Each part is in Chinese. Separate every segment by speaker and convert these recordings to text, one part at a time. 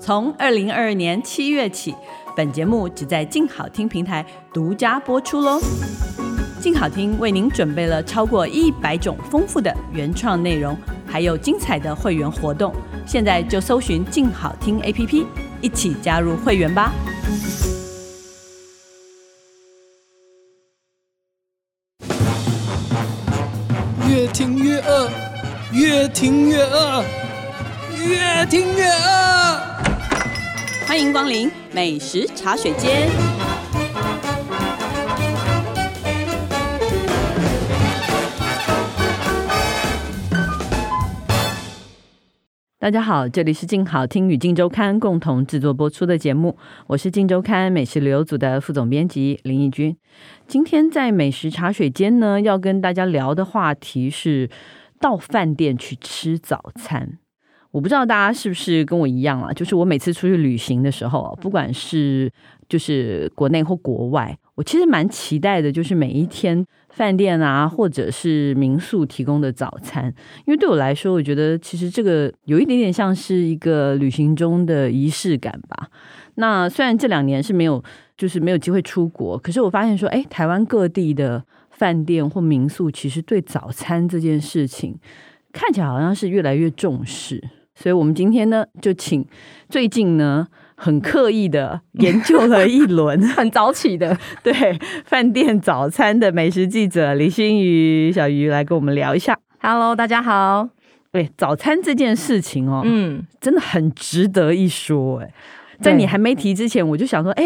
Speaker 1: 从二零二二年七月起，本节目只在静好听平台独家播出喽。静好听为您准备了超过一百种丰富的原创内容，还有精彩的会员活动。现在就搜寻静好听 APP，一起加入会员吧。
Speaker 2: 越听越饿，越听越饿，越听越饿。
Speaker 1: 欢迎光临美食茶水间。大家好，这里是静好听与静周刊共同制作播出的节目，我是静周刊美食旅游组的副总编辑林义君。今天在美食茶水间呢，要跟大家聊的话题是到饭店去吃早餐。我不知道大家是不是跟我一样啊，就是我每次出去旅行的时候，啊不管是就是国内或国外，我其实蛮期待的，就是每一天饭店啊，或者是民宿提供的早餐，因为对我来说，我觉得其实这个有一点点像是一个旅行中的仪式感吧。那虽然这两年是没有，就是没有机会出国，可是我发现说，哎，台湾各地的饭店或民宿其实对早餐这件事情看起来好像是越来越重视。所以我们今天呢，就请最近呢很刻意的研究了一轮
Speaker 3: 很早起的，
Speaker 1: 对饭店早餐的美食记者李欣瑜小鱼来跟我们聊一下。
Speaker 3: Hello，大家好。
Speaker 1: 对早餐这件事情哦，
Speaker 3: 嗯，
Speaker 1: 真的很值得一说哎。在
Speaker 3: 对
Speaker 1: 你还没提之前，我就想说，哎，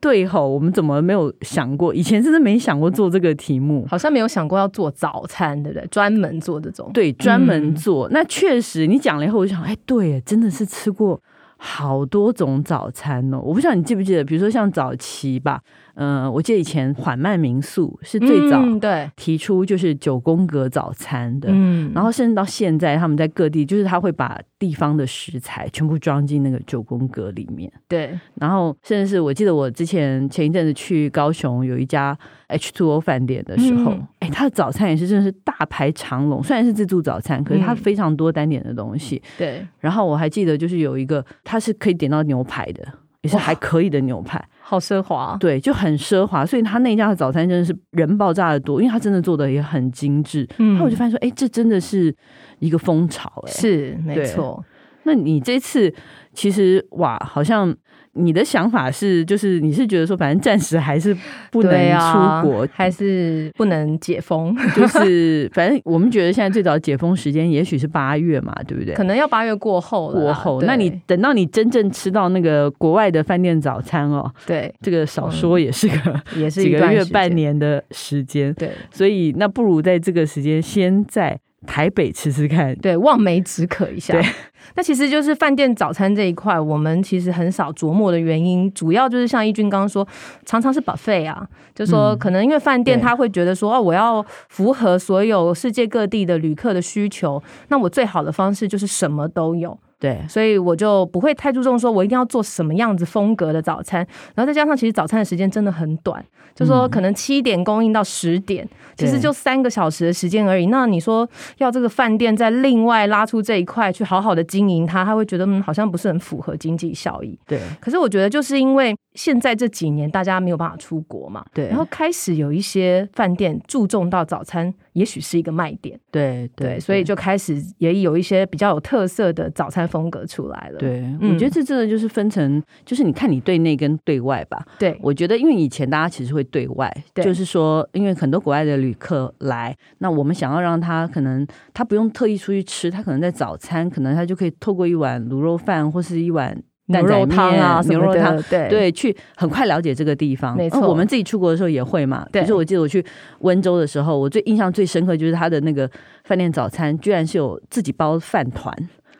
Speaker 1: 对吼，我们怎么没有想过？以前真的没想过做这个题目。
Speaker 3: 好像没有想过要做早餐，对不对？专门做这种。
Speaker 1: 对，专门
Speaker 3: 嗯
Speaker 1: 做。那确实，你讲了以后，我就想，哎，对耶，真的是吃过好多种早餐哦。我不知道你记不记得，比如说像早期吧，嗯、我记得以前缓慢民宿是
Speaker 3: 嗯，
Speaker 1: 最早
Speaker 3: 对，
Speaker 1: 提出就是九宫格早餐的。
Speaker 3: 嗯
Speaker 1: 然后甚至到现在，他们在各地，就是他会把地方的食材全部装进那个九宫格里面。
Speaker 3: 对，
Speaker 1: 然后，甚至是我记得我之前前一阵子去高雄有一家 H Two O 饭店的时候
Speaker 3: 嗯，
Speaker 1: 哎、它的早餐也是真的是大排长龙。虽然是自助早餐，可是它
Speaker 3: 嗯
Speaker 1: 非常多单点的东西。
Speaker 3: 对，
Speaker 1: 然后我还记得就是有一个，它是可以点到牛排的，也是
Speaker 3: 哇
Speaker 1: 还可以的牛排，
Speaker 3: 好奢华。
Speaker 1: 对，就很奢华。所以它那家的早餐真的是人爆炸的多，因为它真的做的也很精致。
Speaker 3: 嗯
Speaker 1: 然后我就发现说，哎、这真的是一个风潮、哎，
Speaker 3: 是没
Speaker 1: 对
Speaker 3: 错。
Speaker 1: 那你这次其实哇，好像你的想法是，就是你是觉得说，反正暂时还是不能
Speaker 3: 对啊
Speaker 1: 出 国，
Speaker 3: 还是不能解封，
Speaker 1: 就是反正我们觉得现在最早解封时间也许是八月嘛，对不对？
Speaker 3: 可能要八月过后了啦。
Speaker 1: 过后，
Speaker 3: 对
Speaker 1: 那你等到你真正吃到那个国外的饭店早餐哦，
Speaker 3: 对
Speaker 1: 这个少说也是个、
Speaker 3: 也嗯是
Speaker 1: 几
Speaker 3: 一
Speaker 1: 个
Speaker 3: 段
Speaker 1: 月
Speaker 3: 时、间
Speaker 1: 半。年的时间，
Speaker 3: 对
Speaker 1: 所以那不如在这个时间先在台北吃吃看。
Speaker 3: 对，望梅止渴一下
Speaker 1: 对。
Speaker 3: 那其实就是饭店早餐这一块，我们其实很少琢磨的原因，主要就是像一军刚刚说，常常是 buffet 啊，就说
Speaker 1: 嗯
Speaker 3: 可能因为饭店
Speaker 1: 对
Speaker 3: 他会觉得说，哦，我要符合所有世界各地的旅客的需求，那我最好的方式就是什么都有，
Speaker 1: 对，
Speaker 3: 所以我就不会太注重说我一定要做什么样子风格的早餐，然后再加上其实早餐的时间真的很短，就说可能七点供应到十点，其实
Speaker 1: 对
Speaker 3: 就三个小时的时间而已。那你说要这个饭店再另外拉出这一块去好好的经营它，他会觉得嗯好像不是很符合经济效益。
Speaker 1: 对
Speaker 3: 可是我觉得就是因为现在这几年大家没有办法出国嘛，
Speaker 1: 对
Speaker 3: 然后开始有一些饭店注重到早餐，也许是一个卖点，
Speaker 1: 对
Speaker 3: 对，所以就开始也有一些比较有特色的早餐风格出来了。
Speaker 1: 对，我
Speaker 3: 嗯
Speaker 1: 觉得这真的就是分成，就是你看你对内跟对外吧。
Speaker 3: 对
Speaker 1: 我觉得，因为以前大家其实会对外，
Speaker 3: 对
Speaker 1: 就是说，因为很多国外的旅客来，那我们想要让他可能他不用特意出去吃，他可能在早餐，可能他就可以透过一碗卤肉饭或是一碗
Speaker 3: 牛
Speaker 1: 蛋仔
Speaker 3: 肉汤啊
Speaker 1: 面
Speaker 3: 什
Speaker 1: 牛
Speaker 3: 么
Speaker 1: 肉
Speaker 3: 的，
Speaker 1: 汤。
Speaker 3: 对
Speaker 1: 对，去很快了解这个地方。
Speaker 3: 没
Speaker 1: 嗯
Speaker 3: 错
Speaker 1: 我们自己出国的时候也会嘛。
Speaker 3: 对
Speaker 1: 可是我记得我去温州的时候，我最印象最深刻就是他的那个饭店早餐，居然是有自己包饭团。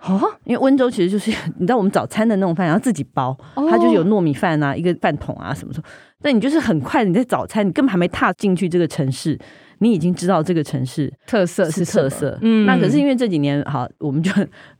Speaker 3: 哦，
Speaker 1: 因为温州其实就是 你知道我们早餐的那种饭，然后自己包，它就是有糯米饭啊，一个饭桶啊什么什么。那你就是很快，你在早餐，你根本还没踏进去这个城市，你已经知道这个城市
Speaker 3: 特色
Speaker 1: 呃是
Speaker 3: 是
Speaker 1: 特
Speaker 3: 什么，
Speaker 1: 色。
Speaker 3: 嗯
Speaker 1: 那可是因为这几年好，我们就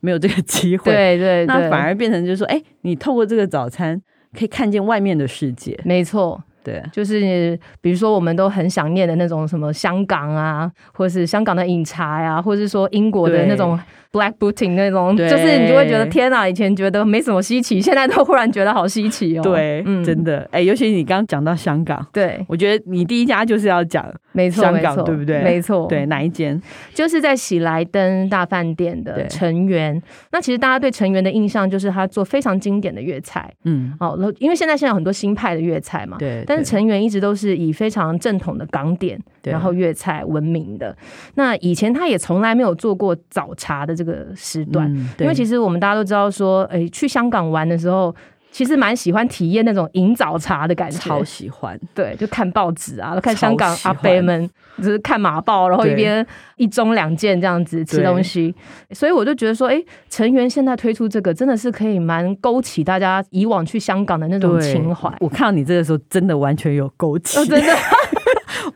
Speaker 1: 没有这个机 会，
Speaker 3: 对对对，
Speaker 1: 那反而变成就是说，哎，你透过这个早餐可以看见外面的世界，
Speaker 3: 没错。
Speaker 1: 对。
Speaker 3: 就是比如说，我们都很想念的那种什么香港啊，或是香港的饮茶呀、或是说英国的
Speaker 1: 对
Speaker 3: 那种 black booting 那种，
Speaker 1: 对
Speaker 3: 就是你就会觉得天啊哪，以前觉得没什么稀奇，现在都忽然觉得好稀奇哦。
Speaker 1: 对，
Speaker 3: 嗯
Speaker 1: 真的，哎、尤其你刚刚讲到香港，
Speaker 3: 对，
Speaker 1: 我觉得你第一家就是要讲
Speaker 3: 没错，
Speaker 1: 香
Speaker 3: 没
Speaker 1: 港
Speaker 3: 错，
Speaker 1: 对不对
Speaker 3: 没错，
Speaker 1: 对哪一间？
Speaker 3: 就是在喜来登大饭店
Speaker 1: 对
Speaker 3: 的成员。那其实大家对成员的印象就是他做非常经典的粤菜
Speaker 1: 嗯，
Speaker 3: 哦，然后因为现在现在有很多新派的粤菜嘛，
Speaker 1: 对，
Speaker 3: 但是
Speaker 1: 对
Speaker 3: 成员一直都是以非常正统的港点，
Speaker 1: 对
Speaker 3: 然后粤菜闻名的。那以前他也从来没有做过早茶的这个时段，
Speaker 1: 嗯
Speaker 3: 因为其
Speaker 1: 实
Speaker 3: 实我们大家都知道说，诶，去香港玩的时候。其实蛮喜欢体验那种饮早茶的感觉
Speaker 1: 超，喜欢，
Speaker 3: 对，就看报纸啊，看香
Speaker 1: 超
Speaker 3: 港
Speaker 1: 喜
Speaker 3: 阿
Speaker 1: 欢
Speaker 3: 伯们，就是看马报，然后一边一盅两件这样子吃
Speaker 1: 对
Speaker 3: 东西，所以我就觉得说，诶，成员现在推出这个真的是可以蛮勾起大家以往去香港的那种
Speaker 1: 对
Speaker 3: 情怀，
Speaker 1: 我看到你这个时候，真的完全有勾起，
Speaker 3: 哦真的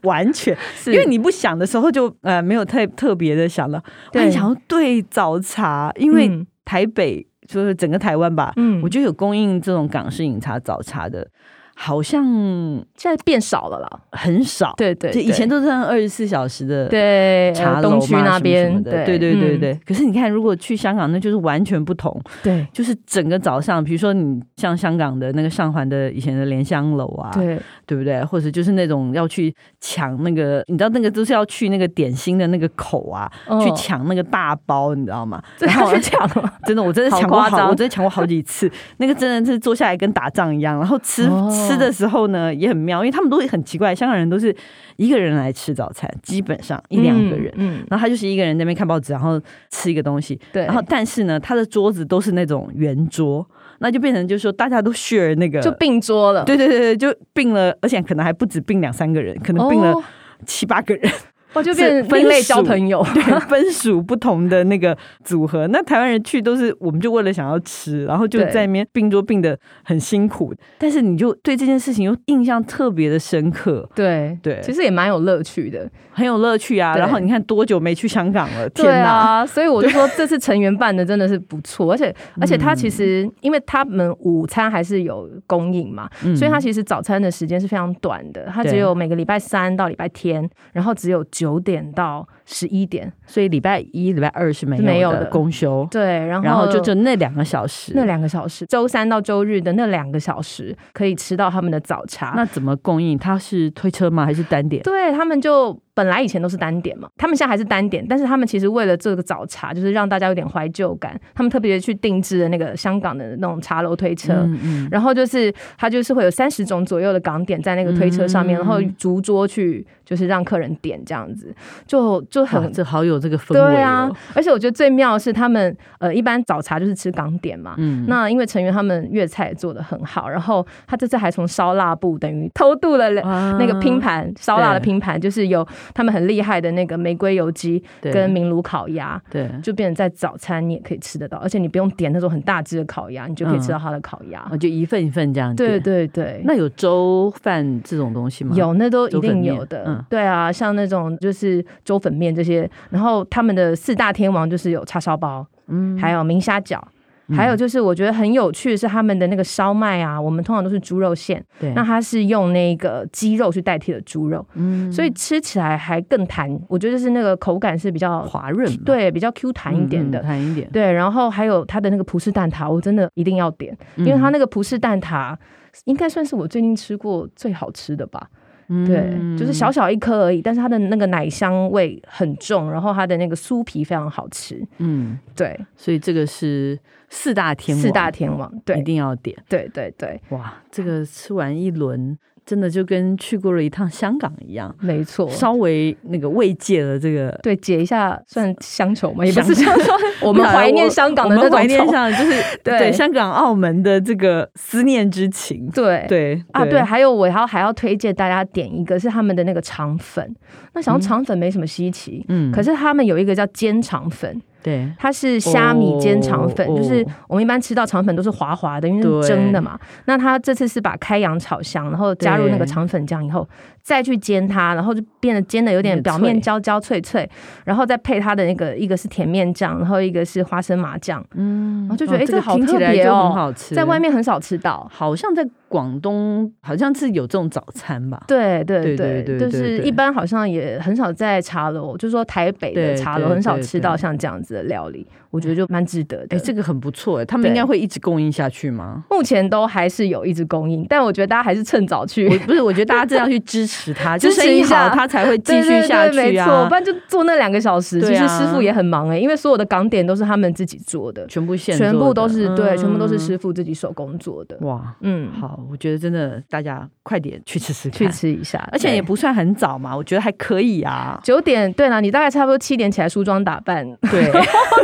Speaker 1: 完全，
Speaker 3: 是
Speaker 1: 因为你不想的时候就呃没有太特别的想了，我
Speaker 3: 对
Speaker 1: 很想要对早茶，因为
Speaker 3: 嗯
Speaker 1: 台北、就是整个台湾吧，
Speaker 3: 嗯
Speaker 1: 我觉得有供应这种港式饮茶早茶的，好像
Speaker 3: 现在变少了啦。
Speaker 1: 很少。
Speaker 3: 对对
Speaker 1: 就以前
Speaker 3: 都
Speaker 1: 都是二十四小时的
Speaker 3: 对
Speaker 1: 茶
Speaker 3: 呃
Speaker 1: 楼嘛
Speaker 3: 东区那
Speaker 1: 什么
Speaker 3: 边，
Speaker 1: 什么的对对对
Speaker 3: 嗯
Speaker 1: 对。可是你看，如果去香港，那就是完全不同，
Speaker 3: 对
Speaker 1: 就是整个早上，比如说你像香港的那个上环的以前的莲香楼啊，
Speaker 3: 对
Speaker 1: 对不对？或者就是那种要去抢那个，你知道那个就是要去那个点心的那个口啊，
Speaker 3: 嗯
Speaker 1: 去抢那个大包，你知道吗？
Speaker 3: 这
Speaker 1: 然后
Speaker 3: 要 去抢了，
Speaker 1: 真的，我真的抢过
Speaker 3: 好夸
Speaker 1: 好，
Speaker 3: 张
Speaker 1: 我真的抢过好几次。那个真的是坐下来跟打仗一样，然后吃、
Speaker 3: 哦
Speaker 1: 吃的时候呢也很妙，因为他们都会很奇怪，香港人都是一个人来吃早餐，基本上一两个人。
Speaker 3: 嗯，嗯
Speaker 1: 然后他就是一个人在那边看报纸，然后吃一个东西，
Speaker 3: 对，
Speaker 1: 然后但是呢，他的桌子都是那种圆桌，那就变成就是说大家都 share 那个，
Speaker 3: 就并桌了，
Speaker 1: 对对对对，就病了，而且可能还不止病两三个人，可能
Speaker 3: 哦，
Speaker 1: 病了七八个 人，
Speaker 3: 哦，就是变
Speaker 1: 分
Speaker 3: 分类交
Speaker 1: 属
Speaker 3: 朋友，
Speaker 1: 对，分属不同的那个组合。那台湾人去都是，我们就为了想要吃，然后就
Speaker 3: 对
Speaker 1: 在那边病桌病的很辛苦，但是你就对这件事情又印象特别的深刻，
Speaker 3: 对
Speaker 1: 对
Speaker 3: 其实也蛮有乐趣的，
Speaker 1: 很有乐趣啊。
Speaker 3: 对
Speaker 1: 然后你看多久没去香港了？天
Speaker 3: 对
Speaker 1: 哪！
Speaker 3: 啊，所以我就说这次成员办的真的是不错，而且而且他其实因为他们午餐还是有供应嘛，
Speaker 1: 嗯
Speaker 3: 所以它其实早餐的时间是非常短的，它
Speaker 1: 对
Speaker 3: 只有每个礼拜三到礼拜天，然后只有九点到十一点，
Speaker 1: 所以礼拜一、礼拜二是没
Speaker 3: 没
Speaker 1: 有
Speaker 3: 有
Speaker 1: 的
Speaker 3: 的
Speaker 1: 公休，
Speaker 3: 对，然后
Speaker 1: 然后就就那两个小时，
Speaker 3: 那两个小时，周三到周日的那两个小时可以吃到他们的早茶。
Speaker 1: 那怎么供应？它是推车吗？还是单点？
Speaker 3: 对他们就本来以前都是单点嘛，他们现在还是单点，但是他们其实为了这个早茶，就是让大家有点怀旧感，他们特别去定制的那个香港的那种茶楼推车。
Speaker 1: 嗯嗯，
Speaker 3: 然后就是它就是会有三十种左右的港点在那个推车上面，
Speaker 1: 嗯
Speaker 3: 然后逐桌去就是让客人点这样子，就就
Speaker 1: 哇
Speaker 3: 很。
Speaker 1: 这好有这个氛围、哦，
Speaker 3: 对啊，而且我觉得最妙的是他们呃，一般早茶就是吃港点嘛。
Speaker 1: 嗯
Speaker 3: 那因为成员他们粤菜也做的很好，然后他这次还从烧腊部等于偷渡了
Speaker 1: 那
Speaker 3: 那个拼盘烧腊的
Speaker 1: 嗯对
Speaker 3: 拼盘，就是有他们很厉害的那个玫瑰油鸡跟明炉烤鸭，
Speaker 1: 对。
Speaker 3: 就变成在早餐你也可以吃得到，而且你不用点那种很大只的烤鸭，你就可以吃到它的烤鸭。
Speaker 1: 我就一份一份这样哦点
Speaker 3: 对对对，
Speaker 1: 那有粥饭这种东西吗？，
Speaker 3: 有那都
Speaker 1: 粥
Speaker 3: 一
Speaker 1: 粉
Speaker 3: 定
Speaker 1: 面
Speaker 3: 有的，
Speaker 1: 嗯
Speaker 3: 对啊，像那种就是粥粉面这些，然后他们的四大天王就是有叉烧包，
Speaker 1: 嗯
Speaker 3: 还有明虾饺。
Speaker 1: 嗯
Speaker 3: 还有就是，我觉得很有趣的是他们的那个烧麦啊，我们通常都是猪肉馅，
Speaker 1: 对，
Speaker 3: 那它是用那个鸡肉去代替了猪肉，
Speaker 1: 嗯
Speaker 3: 所以吃起来还更弹。我觉得就是那个口感是比较
Speaker 1: 滑润嘛，
Speaker 3: 对，比较 Q 弹一点的。
Speaker 1: 嗯嗯弹一点，
Speaker 3: 对，然后还有它的那个葡式蛋挞，我真的一定要点，
Speaker 1: 嗯
Speaker 3: 因为它那个葡式蛋挞应该算是我最近吃过最好吃的吧。
Speaker 1: 嗯
Speaker 3: 对，就是小小一颗而已，但是它的那个奶香味很重，然后它的那个酥皮非常好吃。
Speaker 1: 嗯，
Speaker 3: 对，
Speaker 1: 所以这个是四大天王，
Speaker 3: 四大天王，
Speaker 1: 一
Speaker 3: 对，
Speaker 1: 定要点
Speaker 3: 对对对，
Speaker 1: 哇！这个吃完一轮，真的就跟去过了一趟香港一样，
Speaker 3: 没错。
Speaker 1: 稍微那个慰藉了这个。
Speaker 3: 对，解一下算乡愁吗？也不是
Speaker 1: 乡
Speaker 3: 乡愁， 我们怀念香港的
Speaker 1: 啊我
Speaker 3: 那
Speaker 1: 们怀
Speaker 3: 种
Speaker 1: 念
Speaker 3: 愁。
Speaker 1: 上就是
Speaker 3: 对
Speaker 1: 对香港、澳门的这个思念之情，
Speaker 3: 对
Speaker 1: 对
Speaker 3: 啊，对，，还有我要还要推荐大家点一个是他们的那个肠粉。那想要肠粉没什么稀奇，
Speaker 1: 嗯，
Speaker 3: 可是他们有一个叫煎肠粉，
Speaker 1: 对，
Speaker 3: 它是虾米煎肠粉，
Speaker 1: 哦
Speaker 3: 就是我们一般吃到肠粉都是滑滑的，因为是
Speaker 1: 对
Speaker 3: 蒸的嘛。那它这次是把开阳炒香，然后加入那
Speaker 1: 对
Speaker 3: 个肠粉酱以后，再去煎它，然后就变得煎的有点
Speaker 1: 很脆
Speaker 3: 表面焦焦脆脆，然后再配它的那个一个是甜面酱，然后一个是花生麻酱，
Speaker 1: 嗯，
Speaker 3: 然后就觉得哎、
Speaker 1: 这
Speaker 3: 这
Speaker 1: 个
Speaker 3: 好
Speaker 1: 听起
Speaker 3: 特
Speaker 1: 来
Speaker 3: 别
Speaker 1: 就很
Speaker 3: 哦，
Speaker 1: 好吃，
Speaker 3: 在外面很少吃到。
Speaker 1: 好像在广东好像是有这种早餐吧？
Speaker 3: 对对
Speaker 1: 对对
Speaker 3: 对
Speaker 1: 对对
Speaker 3: 就是
Speaker 1: 对
Speaker 3: 一般好像也很少在茶楼，就是说台北
Speaker 1: 对
Speaker 3: 的茶楼
Speaker 1: 对
Speaker 3: 很少
Speaker 1: 对
Speaker 3: 吃
Speaker 1: 对
Speaker 3: 到像这样子的的料理，我觉得就蛮值得的。
Speaker 1: 哎，这个很不错哎，他们应该会一直供应下去吗？
Speaker 3: 目前都还是有一直供应，但我觉得大家还是趁早去
Speaker 1: 我不是，我觉得大家真的要去支持 他，就
Speaker 3: 支持
Speaker 1: 生意
Speaker 3: 一下
Speaker 1: 好，他才会继续下
Speaker 3: 对对对
Speaker 1: 去
Speaker 3: 没错，
Speaker 1: 啊
Speaker 3: 不。然就做那两个小时。
Speaker 1: 对
Speaker 3: 其
Speaker 1: 啊
Speaker 3: 实师傅也很忙哎、因为所有的港点都是他们自己做的，
Speaker 1: 全部现做的
Speaker 3: 全部都是、对，全部都是
Speaker 1: 嗯
Speaker 3: 师傅自己手工做的。
Speaker 1: 哇。
Speaker 3: 嗯，
Speaker 1: 好，我觉得真的大家快点去吃吃
Speaker 3: 去
Speaker 1: 看，
Speaker 3: 吃一下，
Speaker 1: 而且也
Speaker 3: 对。
Speaker 1: 不算很早嘛，我觉得还可以啊
Speaker 3: 九点。对了，你大概差不多七点起来梳妆打扮，
Speaker 1: 对，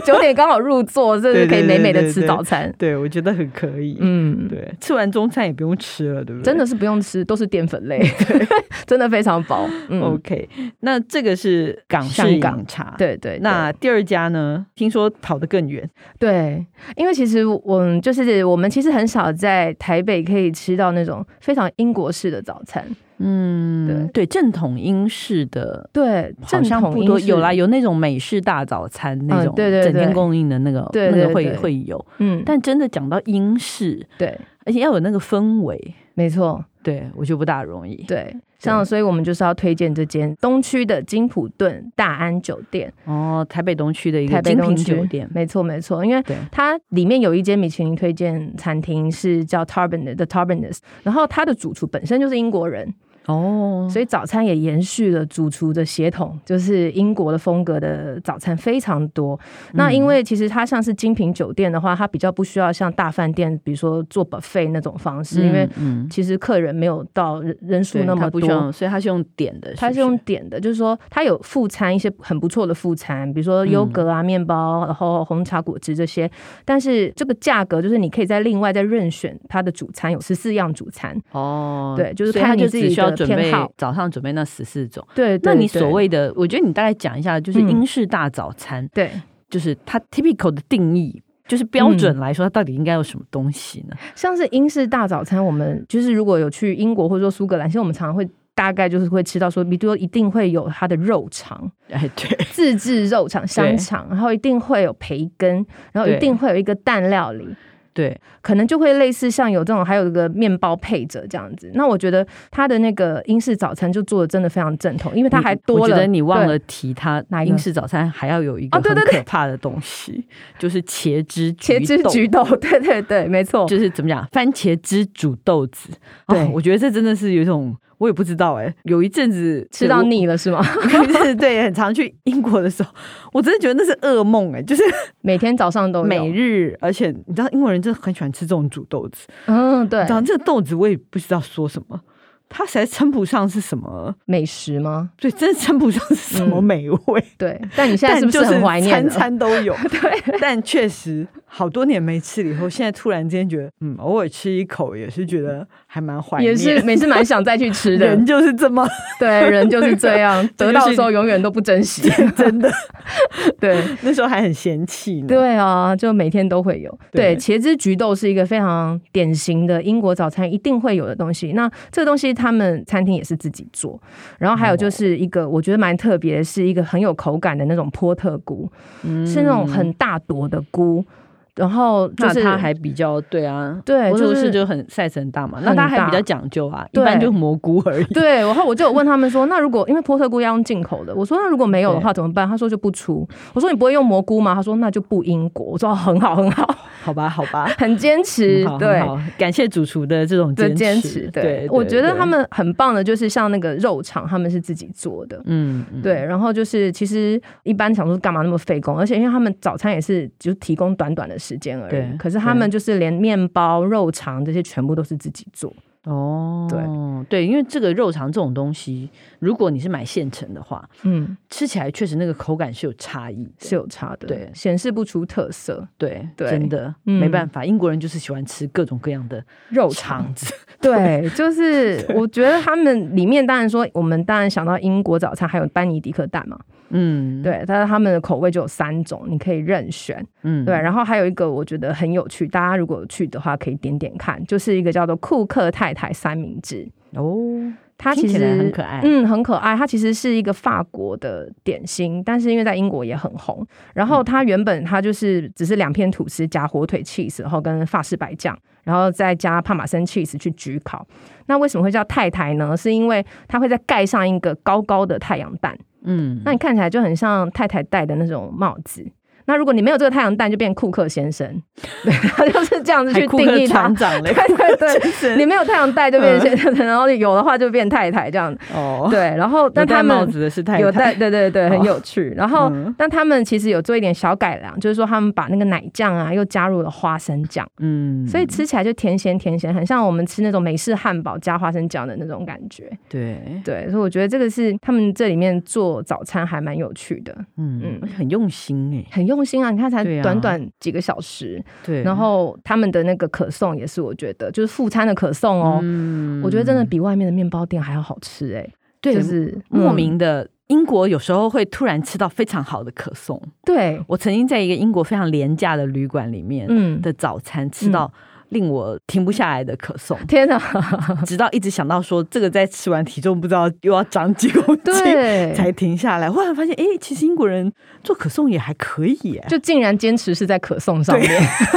Speaker 3: 九点刚好入座，这
Speaker 1: 对
Speaker 3: 是
Speaker 1: 对
Speaker 3: 可以美美的
Speaker 1: 对对
Speaker 3: 吃
Speaker 1: 对
Speaker 3: 早餐。
Speaker 1: 对我觉得很可以。
Speaker 3: 嗯，
Speaker 1: 对，吃完中餐也不用吃了，对不对？嗯
Speaker 3: 真的是不用吃，都是淀粉类， 真的非常 饱。嗯，
Speaker 1: OK，那这个是港
Speaker 3: 香
Speaker 1: 式
Speaker 3: 港
Speaker 1: 饮茶。，
Speaker 3: 对对，
Speaker 1: 那第二家呢？听说跑得更远，
Speaker 3: 对，因为其实我们就是我们其实很少在台北可以吃到那种非常英国式的早餐。
Speaker 1: 嗯，对，正统英式的
Speaker 3: 对，
Speaker 1: 好
Speaker 3: 正
Speaker 1: 像
Speaker 3: 统
Speaker 1: 不
Speaker 3: 英
Speaker 1: 多，
Speaker 3: 式
Speaker 1: 有啦，，有那种美式大早餐那
Speaker 3: 嗯
Speaker 1: 种，
Speaker 3: 对对
Speaker 1: 整天
Speaker 3: 对
Speaker 1: 供应的那个，
Speaker 3: 对
Speaker 1: 那个
Speaker 3: 对
Speaker 1: 会
Speaker 3: 对
Speaker 1: 会有。
Speaker 3: 嗯，但
Speaker 1: 但真的讲到英式，
Speaker 3: 对，
Speaker 1: 而且要有那个氛围，
Speaker 3: 没错，
Speaker 1: 对我就不大容易。
Speaker 3: 对，像所以我们就是要推荐这间东区的金普顿大安酒店，
Speaker 1: 哦，台北东区的一个
Speaker 3: 台北
Speaker 1: 精
Speaker 3: 东
Speaker 1: 品
Speaker 3: 区
Speaker 1: 酒店，
Speaker 3: 没错没错，因为
Speaker 1: 对
Speaker 3: 它里面有一间米其林推荐餐厅是叫 Tarbanes 的 Tarbanes，然后它的主厨本身就是英国人，
Speaker 1: 哦，
Speaker 3: 所以早餐也延续了主厨的血统，就是英国的风格的早餐非常多。那
Speaker 1: 嗯
Speaker 3: 因为其实它像是精品酒店的话，它比较不需要像大饭店，比如说做 buffet 那种方式，因为
Speaker 1: 嗯，
Speaker 3: 其实客人没有到人人数
Speaker 1: 对
Speaker 3: 那
Speaker 1: 它
Speaker 3: 么
Speaker 1: 不需要
Speaker 3: 多。
Speaker 1: 所以它是用点的，
Speaker 3: 它
Speaker 1: 不
Speaker 3: 是用点的，就是说它有副餐一些很不错的副餐，比如说优格
Speaker 1: 嗯
Speaker 3: 啊、面包，然后红茶、果汁这些。但是这个价格就是你可以再另外再任选它的主餐，有十四样主餐。
Speaker 1: 哦，
Speaker 3: 对就是
Speaker 1: 所以它
Speaker 3: 看你
Speaker 1: 就
Speaker 3: 自
Speaker 1: 只
Speaker 3: 己
Speaker 1: 需要
Speaker 3: 的
Speaker 1: 准
Speaker 3: 偏
Speaker 1: 备
Speaker 3: 好
Speaker 1: 早上准备那十四种。
Speaker 3: 对
Speaker 1: 那
Speaker 3: 对
Speaker 1: 你所
Speaker 3: 对
Speaker 1: 谓的，我觉得你大概讲一下，就是
Speaker 3: 嗯
Speaker 1: 英式大早餐，
Speaker 3: 对
Speaker 1: 就是它 typical 的定义，就是标
Speaker 3: 嗯
Speaker 1: 准来说，它到底应该有什么东西呢？
Speaker 3: 像是英式大早餐，我们就是如果有去英国或者说苏格兰，其实我们常常会。大概就是会吃到说，比如说一定会有它的肉 肠，
Speaker 1: 哎，对，
Speaker 3: 自制肉肠、香肠，然后一定会有培根，然后一
Speaker 1: 对
Speaker 3: 定会有一个蛋料理，
Speaker 1: 对，
Speaker 3: 可能就会类似像有这种，还有一个面包配着这样子。那我觉得它的那个英式早餐就做的真的非常正统，因为它还
Speaker 1: 你
Speaker 3: 多
Speaker 1: 我觉
Speaker 3: 了，
Speaker 1: 得你忘
Speaker 3: 对
Speaker 1: 了提它
Speaker 3: 哪一个
Speaker 1: 英式早餐还要有一个
Speaker 3: 哦对
Speaker 1: 很
Speaker 3: 对对
Speaker 1: 可怕的东西， 就是茄汁
Speaker 3: 茄汁
Speaker 1: 豆
Speaker 3: 菊豆， 对对对，没错，
Speaker 1: 就是怎么讲，番茄汁煮豆子。
Speaker 3: 对
Speaker 1: 哦，我觉得这真的是有一种，我也不知道哎、有一阵子
Speaker 3: 吃到
Speaker 1: 我
Speaker 3: 腻了是吗？
Speaker 1: 就是对，很常去英国的时候，我真的觉得那是噩梦哎、就是
Speaker 3: 每天早上都有
Speaker 1: 每，日，而且你知道英国人真的很喜欢吃这种煮豆子，
Speaker 3: 嗯，对
Speaker 1: 然，后这个豆子我也不知道说什么，它实在称不上是什么，
Speaker 3: 美食吗？
Speaker 1: 对，真的称不上是什么
Speaker 3: 嗯
Speaker 1: 美味。
Speaker 3: 对，但 你现在
Speaker 1: 但
Speaker 3: 是不
Speaker 1: 就是
Speaker 3: 很怀念
Speaker 1: 餐
Speaker 3: 了？
Speaker 1: 餐都有，
Speaker 3: 对，
Speaker 1: 但确实好多年没吃了以后，现在突然间觉得，嗯，偶尔吃一口也是觉得还蛮怀念。
Speaker 3: 也是每次蛮想再去吃 的
Speaker 1: 人。就是这么
Speaker 3: 对，人就是这样，
Speaker 1: 这就是
Speaker 3: 得到的时候永远都不珍惜。
Speaker 1: 真的，
Speaker 3: 对。
Speaker 1: 那时候还很嫌弃呢。
Speaker 3: 对啊，就每天都会有。
Speaker 1: 对
Speaker 3: 对，茄汁菊豆是一个非常典型的英国早餐一定会有的东西。那这个东西他们餐厅也是自己做，然后还
Speaker 1: 哦
Speaker 3: 有就是一个我觉得蛮特别的，是一个很有口感的那种波特菇，
Speaker 1: 嗯
Speaker 3: 是那种很大朵的菇，然后就是
Speaker 1: 那它还比较对啊，
Speaker 3: 对
Speaker 1: 我
Speaker 3: 就
Speaker 1: 就是
Speaker 3: 是
Speaker 1: 就很 size 很大嘛，那
Speaker 3: 很
Speaker 1: 它还
Speaker 3: 大
Speaker 1: 比较讲究啊，一
Speaker 3: 对
Speaker 1: 般就蘑菇而已。
Speaker 3: 对，然后我就有问他们说，那如果因为波特菇要用进口的，我说那如果没有的话怎么办？他说就不出。我说你不会用蘑菇吗？他说那就不英国。我说哦很好很好，
Speaker 1: 好吧，好吧，
Speaker 3: 很坚持
Speaker 1: 很嗯好，
Speaker 3: 对
Speaker 1: 很。好感谢主厨的这种
Speaker 3: 的坚
Speaker 1: 持
Speaker 3: 持，。对，我觉得
Speaker 1: 对
Speaker 3: 他们很棒的，就是像那个肉肠，他们是自己做的，
Speaker 1: 嗯，嗯
Speaker 3: 对。然后就是其实一般想说干嘛那么费工，而且因为他们早餐也是就提供短短的时间而
Speaker 1: 对
Speaker 3: 已，可是他们就是连面包、肉肠这些全部都是自己做，
Speaker 1: 哦，对对，因为这个肉肠这种东西，如果你是买现成的话，
Speaker 3: 嗯，
Speaker 1: 吃起来确实那个口感是有差异的。
Speaker 3: 是有差的，
Speaker 1: 对
Speaker 3: 显示不出特色。
Speaker 1: 对，
Speaker 3: 对
Speaker 1: 真的、
Speaker 3: 嗯
Speaker 1: 没办法，英国人就是喜欢吃各种各样的
Speaker 3: 肉肠，
Speaker 1: 肠子。
Speaker 3: 对，就是我觉得他们里面当然说，我们当然想到英国早餐还有班尼迪克蛋嘛，
Speaker 1: 嗯，，
Speaker 3: 对，但是他们的口味就有三种，你可以任选。
Speaker 1: 嗯，
Speaker 3: 对，，然后还有一个我觉得很有趣，大家如果有去的话可以点点看，就是一个叫做库克太太三明治，
Speaker 1: 哦，
Speaker 3: 它其
Speaker 1: 听起
Speaker 3: 实
Speaker 1: 来很可爱
Speaker 3: 嗯，很可爱。它其实是一个法国的点心，但是因为在英国也很红。然
Speaker 1: 嗯
Speaker 3: 后它原本它就是只是两片吐司加火腿 cheese，然后跟法式白酱，然后再加帕玛森 cheese 去焗烤。那为什么会叫太太呢？是因为它会再盖上一个高高的太阳蛋，
Speaker 1: 嗯，
Speaker 3: 那你看起来就很像太太戴的那种帽子。那如果你没有这个太阳蛋，就变库克先生， 对他就是这样子去
Speaker 1: 还库
Speaker 3: 定
Speaker 1: 克
Speaker 3: 义他
Speaker 1: 船。长嘞
Speaker 3: 对， 对 对，你没有太阳蛋就变
Speaker 1: 嗯
Speaker 3: 先生，然后有的话就变太太这样。
Speaker 1: 哦，
Speaker 3: 对，然后但
Speaker 1: 有戴
Speaker 3: 他们
Speaker 1: 帽子的是太
Speaker 3: 有
Speaker 1: 太，
Speaker 3: 带，对对对，很
Speaker 1: 哦
Speaker 3: 有趣。然后
Speaker 1: 嗯，
Speaker 3: 但他们其实有做一点小改良，就是说他们把那个奶酱啊，又加入了花生酱，
Speaker 1: 嗯，
Speaker 3: 所以吃起来就甜咸甜咸，很像我们吃那种美式汉堡加花生酱的那种感觉。
Speaker 1: 对，
Speaker 3: 对，所以我觉得这个是他们这里面做早餐还蛮有趣的，
Speaker 1: 嗯
Speaker 3: 嗯，
Speaker 1: 而且很用心哎，
Speaker 3: 很用心啊！你看才
Speaker 1: 对啊
Speaker 3: 短短几个小时，
Speaker 1: 对，
Speaker 3: 然后他们的那个可颂也是，我觉得就是副餐的可颂哦，
Speaker 1: 嗯
Speaker 3: 我觉得真的比外面的面包店还要好吃哎、
Speaker 1: 对，
Speaker 3: 就是
Speaker 1: 莫
Speaker 3: 嗯
Speaker 1: 名的。英国有时候会突然吃到非常好的可颂。
Speaker 3: 对，
Speaker 1: 我曾经在一个英国非常廉价的旅馆里面
Speaker 3: 嗯，
Speaker 1: 的早餐吃到令我停不下来的可颂，
Speaker 3: 天哪，嗯
Speaker 1: 直到一直想到说这个再吃完体重不知道又要长几公斤，
Speaker 3: 对，
Speaker 1: 才停下来。忽然发现，哎，其实英国人做可颂也还可以 耶，
Speaker 3: 就竟然坚持是在可颂上面，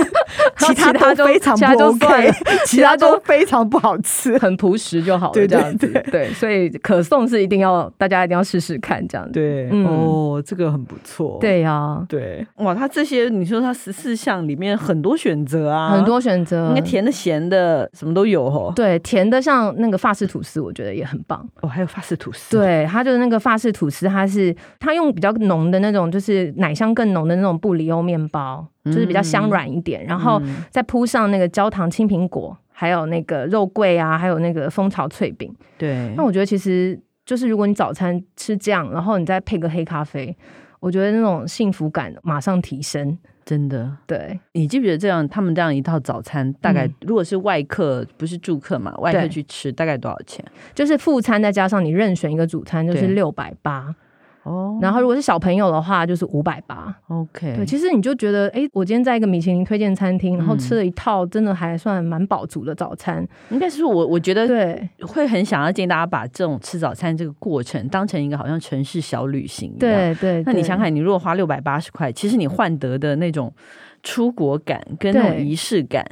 Speaker 1: 其他
Speaker 3: 其他
Speaker 1: 都
Speaker 3: 就
Speaker 1: 非常
Speaker 3: 其他
Speaker 1: 不
Speaker 3: 就算
Speaker 1: OK，
Speaker 3: 了
Speaker 1: 其他都非常不好吃。
Speaker 3: 很朴实就好了，
Speaker 1: 对
Speaker 3: 这
Speaker 1: 对
Speaker 3: 样子
Speaker 1: 对
Speaker 3: 对，所以可颂是一定要大家一定要试试看这样子，
Speaker 1: 对，
Speaker 3: 嗯
Speaker 1: 哦，这个很不错。
Speaker 3: 对啊呀、
Speaker 1: 对，哇，它这些你说它十四项里面很多选择啊，
Speaker 3: 很多选择
Speaker 1: 应该。甜的、咸的，什么都有哦。
Speaker 3: 对甜的，像那个法式吐司，我觉得也很棒。
Speaker 1: 哦，还有法式吐司。，
Speaker 3: 对，它就是那个法式吐司，它是它用比较浓的那种，就是奶香更浓的那种布里欧面包，就是比较香软一点，然后
Speaker 1: 嗯
Speaker 3: 再铺上那个焦糖青苹果，还有那个肉桂啊，还有那个蜂巢脆饼。
Speaker 1: 对
Speaker 3: 那，我觉得其实就是，如果你早餐吃这样，然后你再配个黑咖啡，我觉得那种幸福感马上提升。
Speaker 1: 真的，
Speaker 3: 对，
Speaker 1: 你记不记得这样他们这样一套早餐，大概
Speaker 3: 嗯
Speaker 1: 如果是外客，不是住客嘛，外客
Speaker 3: 对
Speaker 1: 去吃大概多少钱？
Speaker 3: 就是副餐再加上你任选一个主餐，就是
Speaker 1: 对
Speaker 3: 六百八。
Speaker 1: 哦
Speaker 3: 然后如果是小朋友的话，就是五百八。
Speaker 1: OK，
Speaker 3: 对，其实你就觉得，哎，我今天在一个米其林推荐餐厅，然后
Speaker 1: 嗯
Speaker 3: 吃了一套真的还算蛮饱足的早餐。
Speaker 1: 应该是我我觉得
Speaker 3: 对
Speaker 1: 会很想要建议大家把这种吃早餐这个过程当成一个好像城市小旅行一样。
Speaker 3: 对对，
Speaker 1: 那你
Speaker 3: 对
Speaker 1: 想想，看，你如果花六百八十块，其实你换得的那种出国感跟那种
Speaker 3: 对
Speaker 1: 仪式感，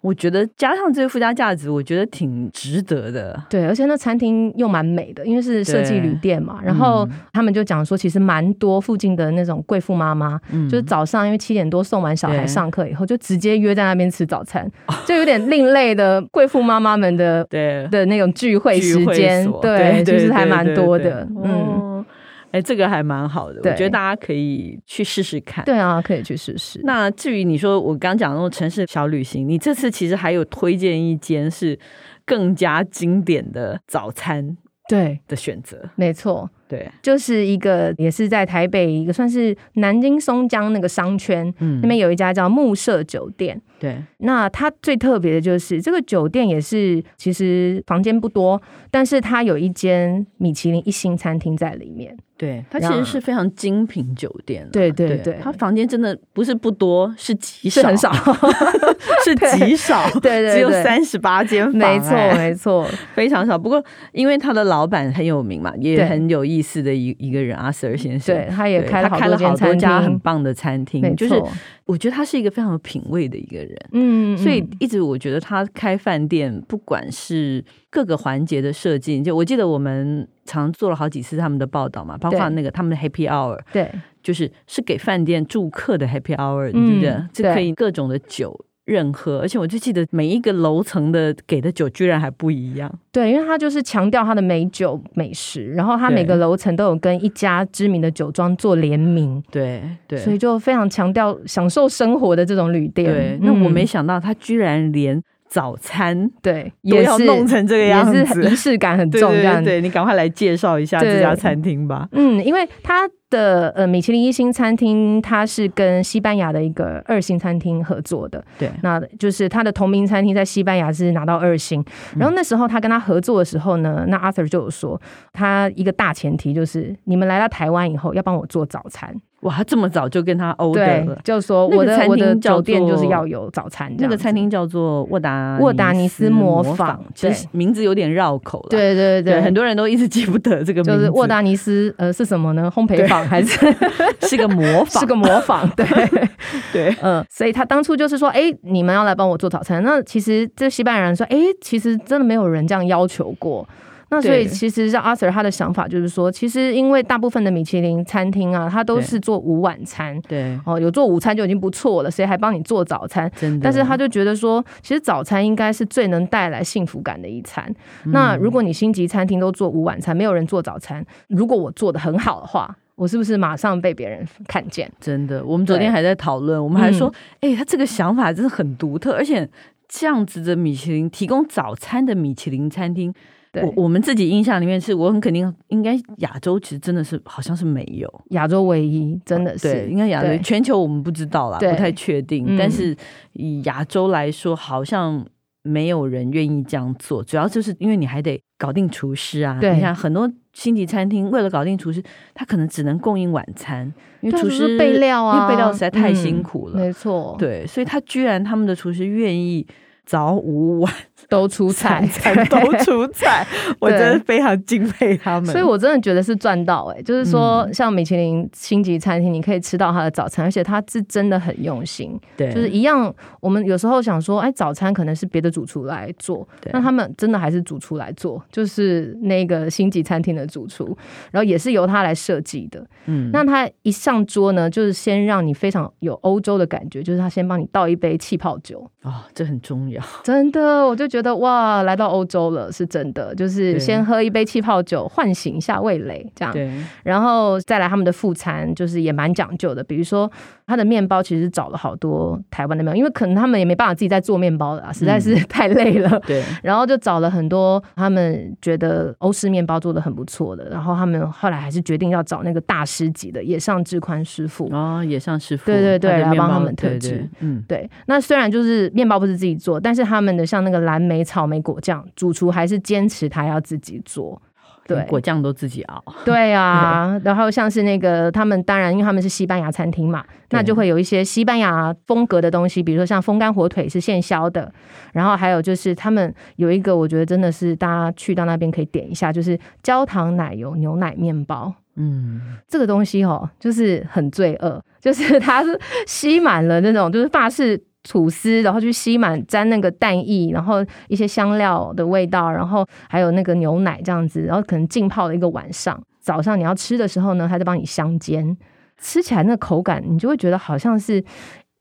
Speaker 1: 我觉得加上这些附加价值，我觉得挺值得的。
Speaker 3: 对，而且那餐厅又蛮美的，因为是设计
Speaker 1: 对嗯
Speaker 3: 旅店嘛。然后他们就讲说，其实蛮多附近的那种贵妇妈妈，
Speaker 1: 嗯
Speaker 3: 就是早上因为七点多送完小
Speaker 1: 对
Speaker 3: 孩上课以后，就直接约在那边吃早餐，就有点另类的贵妇妈妈们的
Speaker 1: 对
Speaker 3: 的那种聚会
Speaker 1: 聚
Speaker 3: 时
Speaker 1: 会
Speaker 3: 间
Speaker 1: 所，
Speaker 3: 对，其实还蛮多
Speaker 1: 对
Speaker 3: 的，
Speaker 1: 对
Speaker 3: 嗯，
Speaker 1: 哦哎、这个还蛮好的，我
Speaker 3: 对
Speaker 1: 觉得大家可以去试试看。
Speaker 3: 对啊，可以去试试。
Speaker 1: 那至于你说我刚讲的那种城市小旅行，你这次其实还有推荐一间是更加经典的早餐
Speaker 3: 对，
Speaker 1: 的选择，
Speaker 3: 没错。
Speaker 1: 对，
Speaker 3: 就是一个也是在台北一个算是南京松江那个商圈
Speaker 1: 嗯
Speaker 3: 那边有一家叫木舍酒店，
Speaker 1: 对，
Speaker 3: 那它最特别的就是这个酒店也是，其实房间不多，但是它有一间米其林一星餐厅在里面。
Speaker 1: 对，它其实
Speaker 3: 让
Speaker 1: 是非常精品酒店啊、
Speaker 3: 对对对
Speaker 1: 它房间真的不是不多，是极少，
Speaker 3: 是很 少，
Speaker 1: 是极少，
Speaker 3: 对对对
Speaker 1: 只有三十八间房、
Speaker 3: 没错
Speaker 1: 哎
Speaker 3: 没错，
Speaker 1: 非常少。不过因为他的老板很有名嘛，也
Speaker 3: 对
Speaker 1: 很有意思的一一个人，阿 Sir 先生。
Speaker 3: 对，他
Speaker 1: 对，
Speaker 3: 也开
Speaker 1: 他
Speaker 3: 了好
Speaker 1: 开了
Speaker 3: 多
Speaker 1: 好
Speaker 3: 间
Speaker 1: 多
Speaker 3: 餐
Speaker 1: 家很
Speaker 3: 厅，
Speaker 1: 棒的餐
Speaker 3: 没
Speaker 1: 厅，就是
Speaker 3: 错，
Speaker 1: 我觉得他是一个非常有品味的一个人。
Speaker 3: 嗯，嗯
Speaker 1: 所以一直我觉得他开饭店，不管是各个环节的设计，就我记得我们常做了好几次他们的报道嘛，包括
Speaker 3: 对
Speaker 1: 那个他们的 Happy Hour，
Speaker 3: 对
Speaker 1: 就是是给饭店住客的 Happy Hour，
Speaker 3: 嗯
Speaker 1: 你记不记得？这
Speaker 3: 对
Speaker 1: 可以各种的酒任喝，而且我就记得每一个楼层的给的酒居然还不一样。
Speaker 3: 对，因为他就是强调他的美酒美食，然后他
Speaker 1: 对
Speaker 3: 每个楼层都有跟一家知名的酒庄做联名，
Speaker 1: 对对，
Speaker 3: 所以就非常强调享受生活的这种旅店。
Speaker 1: 对
Speaker 3: 嗯，
Speaker 1: 那我没想到他居然连早餐
Speaker 3: 对，
Speaker 1: 都
Speaker 3: 也
Speaker 1: 要
Speaker 3: 是
Speaker 1: 弄成这个样
Speaker 3: 也
Speaker 1: 子，
Speaker 3: 是仪式感很
Speaker 1: 对
Speaker 3: 重
Speaker 1: 对
Speaker 3: 这样
Speaker 1: 对
Speaker 3: 子。
Speaker 1: 对，你赶快来介绍一下这
Speaker 3: 对
Speaker 1: 家餐厅吧。
Speaker 3: 嗯，因为它的呃米其林一星餐厅，它是跟西班牙的一个二星餐厅合作的，
Speaker 1: 对
Speaker 3: 那就是它的同名餐厅在西班牙是拿到二星。
Speaker 1: 嗯
Speaker 3: 然后那时候他跟他合作的时候呢，那 Arthur 就有说，他一个大前提就是你们来到台湾以后要帮我做早餐，
Speaker 1: 哇，他这么早就跟他 order
Speaker 3: 对
Speaker 1: 了，。
Speaker 3: 就说
Speaker 1: 那个
Speaker 3: 我的
Speaker 1: 餐
Speaker 3: 我的
Speaker 1: 厅叫
Speaker 3: 酒店就是
Speaker 1: 做
Speaker 3: 要有早餐这样子，
Speaker 1: 那个餐厅叫做沃达
Speaker 3: 沃达尼斯模
Speaker 1: 模
Speaker 3: 仿
Speaker 1: 其实名字有点绕口了。
Speaker 3: 对对
Speaker 1: 对，
Speaker 3: 对，
Speaker 1: 很多人都一直记不得这个名
Speaker 3: 就
Speaker 1: 字，
Speaker 3: 是沃达尼斯，呃，是什么呢？烘
Speaker 1: 对
Speaker 3: 焙坊还是
Speaker 1: 是个模仿，
Speaker 3: 是个模仿？ 对，
Speaker 1: 对
Speaker 3: 嗯，所以他当初就是说，哎、你们要来帮我做早餐。那其实这西班牙人说，哎、其实真的没有人这样要求过。那所以
Speaker 1: 对
Speaker 3: 其实像 Arthur 他的想法就是说，其实因为大部分的米其林餐厅啊，它都
Speaker 1: 对
Speaker 3: 是做午晚餐，
Speaker 1: 对，
Speaker 3: 哦，有做午餐就已经不错了，谁还帮你做早餐？
Speaker 1: 真的。
Speaker 3: 但是他就觉得说，其实早餐应该是最能带来幸福感的一餐。
Speaker 1: 嗯
Speaker 3: 那如果你星级餐厅都做午晚餐，没有人做早餐，如果我做的很好的话，我是不是马上被别人看见？
Speaker 1: 真的，我们昨天
Speaker 3: 对嗯
Speaker 1: 还在讨论，我们还说，哎、他这个想法真的很独特，而且这样子的米其林提供早餐的米其林餐厅，
Speaker 3: 对，
Speaker 1: 我我们自己印象里面是我很肯定，应该亚洲其实真的是好像是没有，
Speaker 3: 亚洲唯一，真的
Speaker 1: 对，
Speaker 3: 是
Speaker 1: 应该亚洲
Speaker 3: 对
Speaker 1: 全球我们不知道啦，
Speaker 3: 对
Speaker 1: 不太确定，
Speaker 3: 嗯
Speaker 1: 但是以亚洲来说，好像。没有人愿意这样做，主要就是因为你还得搞定厨师啊。
Speaker 3: 对
Speaker 1: 你看很多星级餐厅为了搞定厨师，他可能只能供应晚餐，因
Speaker 3: 对
Speaker 1: 为
Speaker 3: 啊
Speaker 1: 厨
Speaker 3: 就是
Speaker 1: 师
Speaker 3: 备料啊，
Speaker 1: 因为备料实在太辛
Speaker 3: 嗯
Speaker 1: 苦了。
Speaker 3: 没错，，
Speaker 1: 对，所以他居然他们的厨师愿意早午晚
Speaker 3: 都出菜
Speaker 1: 餐，餐都出 菜，我真的非常敬佩他们。
Speaker 3: 所以我真的觉得是赚到哎、就是说，
Speaker 1: 嗯
Speaker 3: 像米其林星级餐厅，你可以吃到它的早餐，而且它是真的很用心，
Speaker 1: 对，
Speaker 3: 就是一样。我们有时候想说，哎，早餐可能是别的主厨来做，
Speaker 1: 对
Speaker 3: 那他们真的还是主厨来做，就是那个星级餐厅的主厨，然后也是由他来设计的。
Speaker 1: 嗯
Speaker 3: 那他一上桌呢，就是先让你非常有欧洲的感觉，就是他先帮你倒一杯气泡酒，
Speaker 1: 哦，这很重要。
Speaker 3: 真的，我就觉得哇，来到欧洲了，是真的，就是
Speaker 1: 对
Speaker 3: 先喝一杯气泡酒，唤醒一下味蕾，这样。
Speaker 1: 对，
Speaker 3: 然后再来他们的副餐，就是也蛮讲究的。比如说，他的面包其实找了好多台湾的面包，因为可能他们也没办法自己在做面包了啊，实在
Speaker 1: 嗯
Speaker 3: 是太累了。
Speaker 1: 对，
Speaker 3: 然后就找了很多他们觉得欧式面包做的很不错的，然后他们后来还是决定要找那个大师级的野上智宽师傅。
Speaker 1: 哦，也像师傅，
Speaker 3: 对对对
Speaker 1: 他的
Speaker 3: 来
Speaker 1: 面
Speaker 3: 帮
Speaker 1: 包
Speaker 3: 他
Speaker 1: 对
Speaker 3: 们特
Speaker 1: 对
Speaker 3: 制
Speaker 1: 嗯，
Speaker 3: 对，那虽然就是面包不是自己做，但是他们的像那个蓝莓草莓果酱，主厨还是坚持他要自己做。对
Speaker 1: 连，果酱都自己熬，
Speaker 3: 对啊，然后像是那个他们，当然因为他们是西班牙餐厅嘛，那就会有一些西班牙风格的东西，比如说像风干火腿是现削的，然后还有就是他们有一个我觉得真的是大家去到那边可以点一下，就是焦糖奶油牛奶面包。
Speaker 1: 嗯，
Speaker 3: 这个东西哦，就是很罪恶，就是 它是吸满了那种就是法式吐司，然后去吸满沾那个蛋液，然后一些香料的味道，然后还有那个牛奶这样子，然后可能浸泡了一个晚上，早上你要吃的时候呢，它就帮你香煎，吃起来那个口感，你就会觉得好像是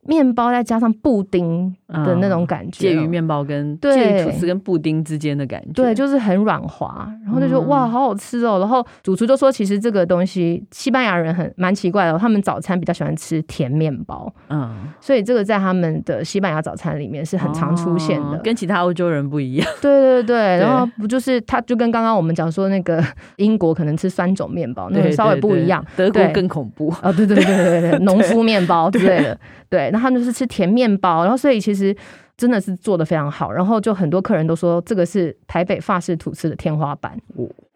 Speaker 3: 面包再加上布丁的那种感
Speaker 1: 嗯
Speaker 3: 觉，哦
Speaker 1: 介于面包跟
Speaker 3: 对
Speaker 1: 介于吐司跟布丁之间的感觉，
Speaker 3: 对，就是很软滑，然后就觉得、
Speaker 1: 嗯
Speaker 3: 哇，好好吃哦。然后主厨就说，其实这个东西西班牙人很蛮奇怪的哦，他们早餐比较喜欢吃甜面包，
Speaker 1: 嗯，
Speaker 3: 所以这个在他们的西班牙早餐里面是很常出现的。
Speaker 1: 哦跟其他欧洲人不一样，
Speaker 3: 对对对，然后不就是他就跟刚刚我们讲说那个英国可能吃酸种面包，那
Speaker 1: 对
Speaker 3: 个嗯稍微
Speaker 1: 对
Speaker 3: 不
Speaker 1: 对
Speaker 3: 一样。
Speaker 1: 德国
Speaker 3: 对
Speaker 1: 更恐怖，
Speaker 3: 哦，对对对对 对对，农夫面包之类的，对，那他们就是吃甜面包，然后所以其实真的是做的非常好，然后就很多客人都说这个是台北法式吐司的天花板，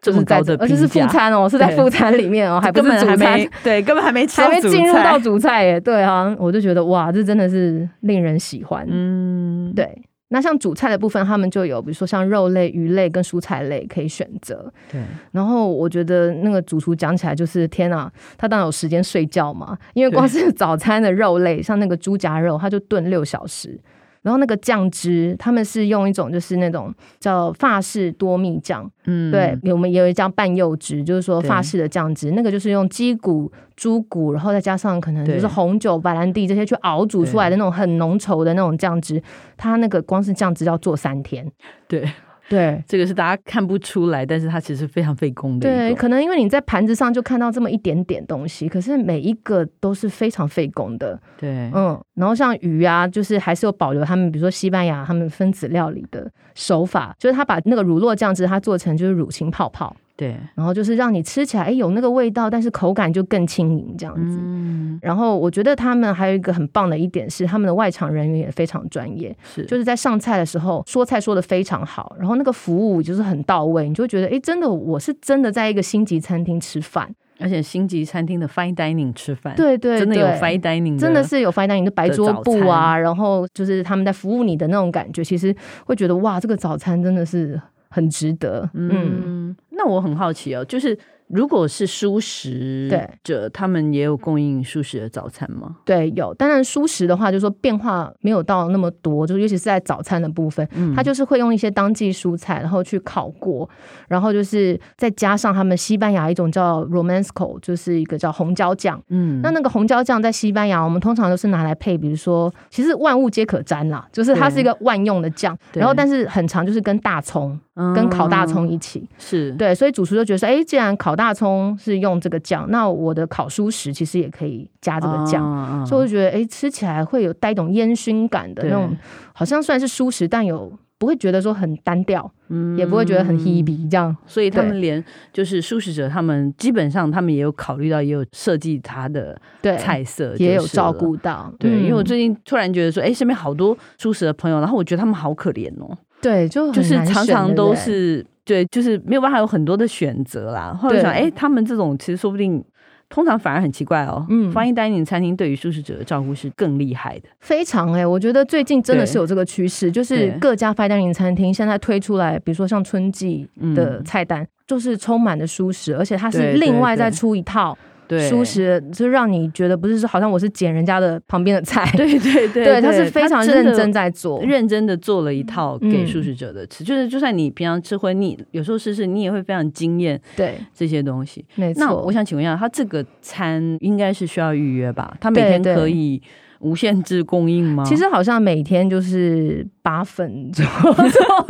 Speaker 1: 这
Speaker 3: 就是
Speaker 1: 么
Speaker 3: 在
Speaker 1: 高的
Speaker 3: 而
Speaker 1: 评
Speaker 3: 且
Speaker 1: 价，
Speaker 3: 是副餐哦，是在
Speaker 1: 对
Speaker 3: 副餐里面哦，还不
Speaker 1: 根
Speaker 3: 是
Speaker 1: 本
Speaker 3: 主
Speaker 1: 还
Speaker 3: 餐
Speaker 1: 没，对，根本还没吃
Speaker 3: 还
Speaker 1: 到
Speaker 3: 没
Speaker 1: 主
Speaker 3: 进入
Speaker 1: 菜
Speaker 3: 到主菜耶。对啊，我就觉得哇，这真的是令人喜欢。
Speaker 1: 嗯，
Speaker 3: 对，那像主菜的部分，他们就有比如说像肉类、鱼类跟蔬菜类可以选择。
Speaker 1: 对，
Speaker 3: 然后我觉得那个主厨讲起来就是天啊，他当然有时间睡觉嘛，因为光是 早餐的肉类，像那个猪夹肉，他就炖六小时。然后那个酱汁，他们是用一种就是那种叫法式多蜜酱，
Speaker 1: 嗯，
Speaker 3: 对，我们也有一叫半柚汁，就是说
Speaker 1: 对
Speaker 3: 法式的酱汁，那个就是用鸡骨、猪骨，然后再加上可能就是
Speaker 1: 对
Speaker 3: 红酒、白兰地这些去熬煮出来的那种很浓稠的那种酱汁，它那个光是酱汁要做三天。
Speaker 1: 对，
Speaker 3: 对
Speaker 1: 这个是大家看不出来，但是它其实非常费工的一
Speaker 3: 对，
Speaker 1: 个。
Speaker 3: 可能因为你在盘子上就看到这么一点点东西，可是每一个都是非常费工的。
Speaker 1: 对，
Speaker 3: 嗯，然后像鱼啊，就是还是有保留他们，比如说西班牙他们分子料理的手法，就是他把那个乳酪酱汁，它做成就是乳清泡泡。
Speaker 1: 对，
Speaker 3: 然后就是让你吃起来，哎，有那个味道，但是口感就更轻盈这样子。
Speaker 1: 嗯，
Speaker 3: 然后我觉得他们还有一个很棒的一点是，他们的外场人员也非常专业，
Speaker 1: 是，
Speaker 3: 就是在上菜的时候说菜说的非常好，然后那个服务就是很到位，你就会觉得，哎，真的我是真的在一个星级餐厅吃饭，
Speaker 1: 而且星级餐厅的 fine dining 吃饭，，
Speaker 3: 对对对，
Speaker 1: 真的有 fine dining，
Speaker 3: 真的是有 fine dining 的白桌布
Speaker 1: 的早
Speaker 3: 啊，然后就是他们在服务你的那种感觉，其实会觉得哇，这个早餐真的是很值得，嗯
Speaker 1: 嗯，那我很好奇哦，就是如果是素食
Speaker 3: 对
Speaker 1: 者，他们也有供应素食的早餐吗？
Speaker 3: 对，有。当然，蔬食的话，就是说变化没有到那么多，就是尤其是在早餐的部分，
Speaker 1: 嗯
Speaker 3: 它就是会用一些当季蔬菜，然后去烤过，然后就是再加上他们西班牙一种叫 romanesco，就是一个叫红椒酱。
Speaker 1: 嗯，
Speaker 3: 那那个红椒酱在西班牙，我们通常都是拿来配，比如说，其实万物皆可沾啦，就是它是一个万用的酱。
Speaker 1: 对
Speaker 3: 然后，但是很常就是跟大葱、
Speaker 1: 那
Speaker 3: 跟烤大葱一起。
Speaker 1: 嗯是，
Speaker 3: 对，所以主厨就觉得说，哎，既然烤大葱是用这个酱，那我的烤蔬食其实也可以加这个酱。
Speaker 1: 啊
Speaker 3: 所以我就觉得，哎、吃起来会有带一种烟熏感的
Speaker 1: 对
Speaker 3: 那种，好像虽然是舒适，但有不会觉得说很单调，
Speaker 1: 嗯
Speaker 3: 也不会觉得很 hebe 这样。
Speaker 1: 所以他
Speaker 3: 对
Speaker 1: 们连就是素食者，他们基本上他们也有考虑到，也有设计它的
Speaker 3: 对，
Speaker 1: 菜色，
Speaker 3: 也有照。顾到。
Speaker 1: 对，因为我
Speaker 3: 嗯
Speaker 1: 最近突然觉得说，哎，身边好多素食的朋友，然后我觉得他们好可怜哦，
Speaker 3: 对就很
Speaker 1: 就是
Speaker 3: 难
Speaker 1: 常
Speaker 3: 选
Speaker 1: 常都。
Speaker 3: 对不对
Speaker 1: 是对，就是没有办法有很多的选择啦。后来
Speaker 3: 对
Speaker 1: 想，哎，他们这种其实说不定。通常反而很奇怪哦，
Speaker 3: 嗯
Speaker 1: 欢迎 dining 餐厅对于素食者的照顾是更厉害的，
Speaker 3: 非常哎、我觉得最近真的
Speaker 1: 对
Speaker 3: 是有这个趋势，就是
Speaker 1: 对
Speaker 3: 各家 fine dining 餐厅现在推出来，比如说像春季
Speaker 1: 嗯
Speaker 3: 的菜单，就是充满了舒适，而且它
Speaker 1: 对对
Speaker 3: 是另外再
Speaker 1: 对
Speaker 3: 出一套
Speaker 1: 对，
Speaker 3: 舒，适，就让你觉得不是说好像我是捡人家的旁边的菜，
Speaker 1: 对对对，
Speaker 3: 对，它是非常认
Speaker 1: 的
Speaker 3: 真在做，
Speaker 1: 认真的做了一套
Speaker 3: 嗯
Speaker 1: 给素食者的吃，就是就算你平常吃荤，你有时候试试，你也会非常惊艳
Speaker 3: 对，
Speaker 1: 这些东西。
Speaker 3: 没错。
Speaker 1: 那我想请问一下，他这个餐应该是需要预约吧？他每天
Speaker 3: 对对
Speaker 1: 可以无限制供应吗？
Speaker 3: 其实好像每天就是八分左
Speaker 1: 哦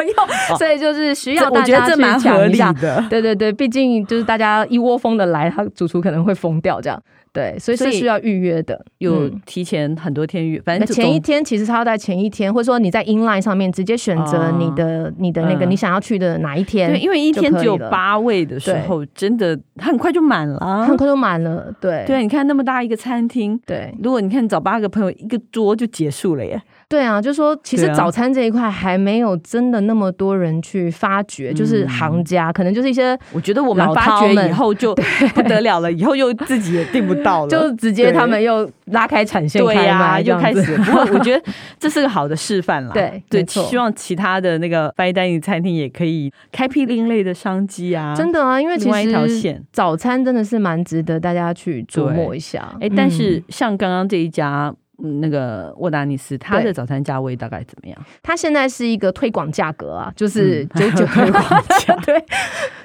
Speaker 3: 右，所以就是需要
Speaker 1: 这
Speaker 3: 大
Speaker 1: 我觉
Speaker 3: 家
Speaker 1: 得这蛮
Speaker 3: 去
Speaker 1: 合
Speaker 3: 抢一
Speaker 1: 理
Speaker 3: 下。
Speaker 1: 的。
Speaker 3: 对对对，毕竟就是大家一窝蜂的来，他主厨可能会疯掉这样。对，所以
Speaker 1: 所
Speaker 3: 是
Speaker 1: 以
Speaker 3: 需要预约的。
Speaker 1: 有
Speaker 3: 嗯
Speaker 1: 提前很多天预，反正
Speaker 3: 那
Speaker 1: 就
Speaker 3: 前
Speaker 1: 总
Speaker 3: 一天其实他要在前一天，或者说你在 inline 上面直接选择
Speaker 1: 哦
Speaker 3: 你的、你的那个
Speaker 1: 嗯
Speaker 3: 你想要去的哪一天，
Speaker 1: 对，因为一天
Speaker 3: 就可
Speaker 1: 只
Speaker 3: 以
Speaker 1: 有
Speaker 3: 了
Speaker 1: 八位的时候，真的它很快就满了啊。
Speaker 3: 很快就满了。对
Speaker 1: 对，你看那么大一个餐厅，
Speaker 3: 对
Speaker 1: 如果你看找八个朋友一个桌就结束了耶。
Speaker 3: 对啊，就说其实
Speaker 1: 对啊
Speaker 3: 早餐这一块还没有真的那么多人去发掘，
Speaker 1: 嗯
Speaker 3: 就是行家可能就是一些
Speaker 1: 我觉得我们
Speaker 3: 老
Speaker 1: 发
Speaker 3: 饕
Speaker 1: 觉
Speaker 3: 们
Speaker 1: 以 后就不得了了，以后又自己也订不到了，
Speaker 3: 就直接
Speaker 1: 对
Speaker 3: 他们又拉开产线
Speaker 1: 对
Speaker 3: 开
Speaker 1: 呀、
Speaker 3: 卖，这
Speaker 1: 又
Speaker 3: 样
Speaker 1: 开
Speaker 3: 子
Speaker 1: 始。不过我 觉得这是个好的示范啦，
Speaker 3: 对
Speaker 1: 对
Speaker 3: 没，错
Speaker 1: 希望其他的那个白丹饮餐厅也可以开辟另类的商机啊，
Speaker 3: 真
Speaker 1: 的。
Speaker 3: 的啊，因为其
Speaker 1: 另外一条
Speaker 3: 实
Speaker 1: 线
Speaker 3: 早餐真的是蛮值得大家去琢磨一下。
Speaker 1: 哎，但
Speaker 3: 嗯
Speaker 1: 是像刚刚这一家。嗯那个沃达尼斯，它的早餐价位大概怎么样？
Speaker 3: 它现在是一个推广价格啊，就是
Speaker 1: 嗯
Speaker 3: 九九
Speaker 1: 推广价
Speaker 3: 对，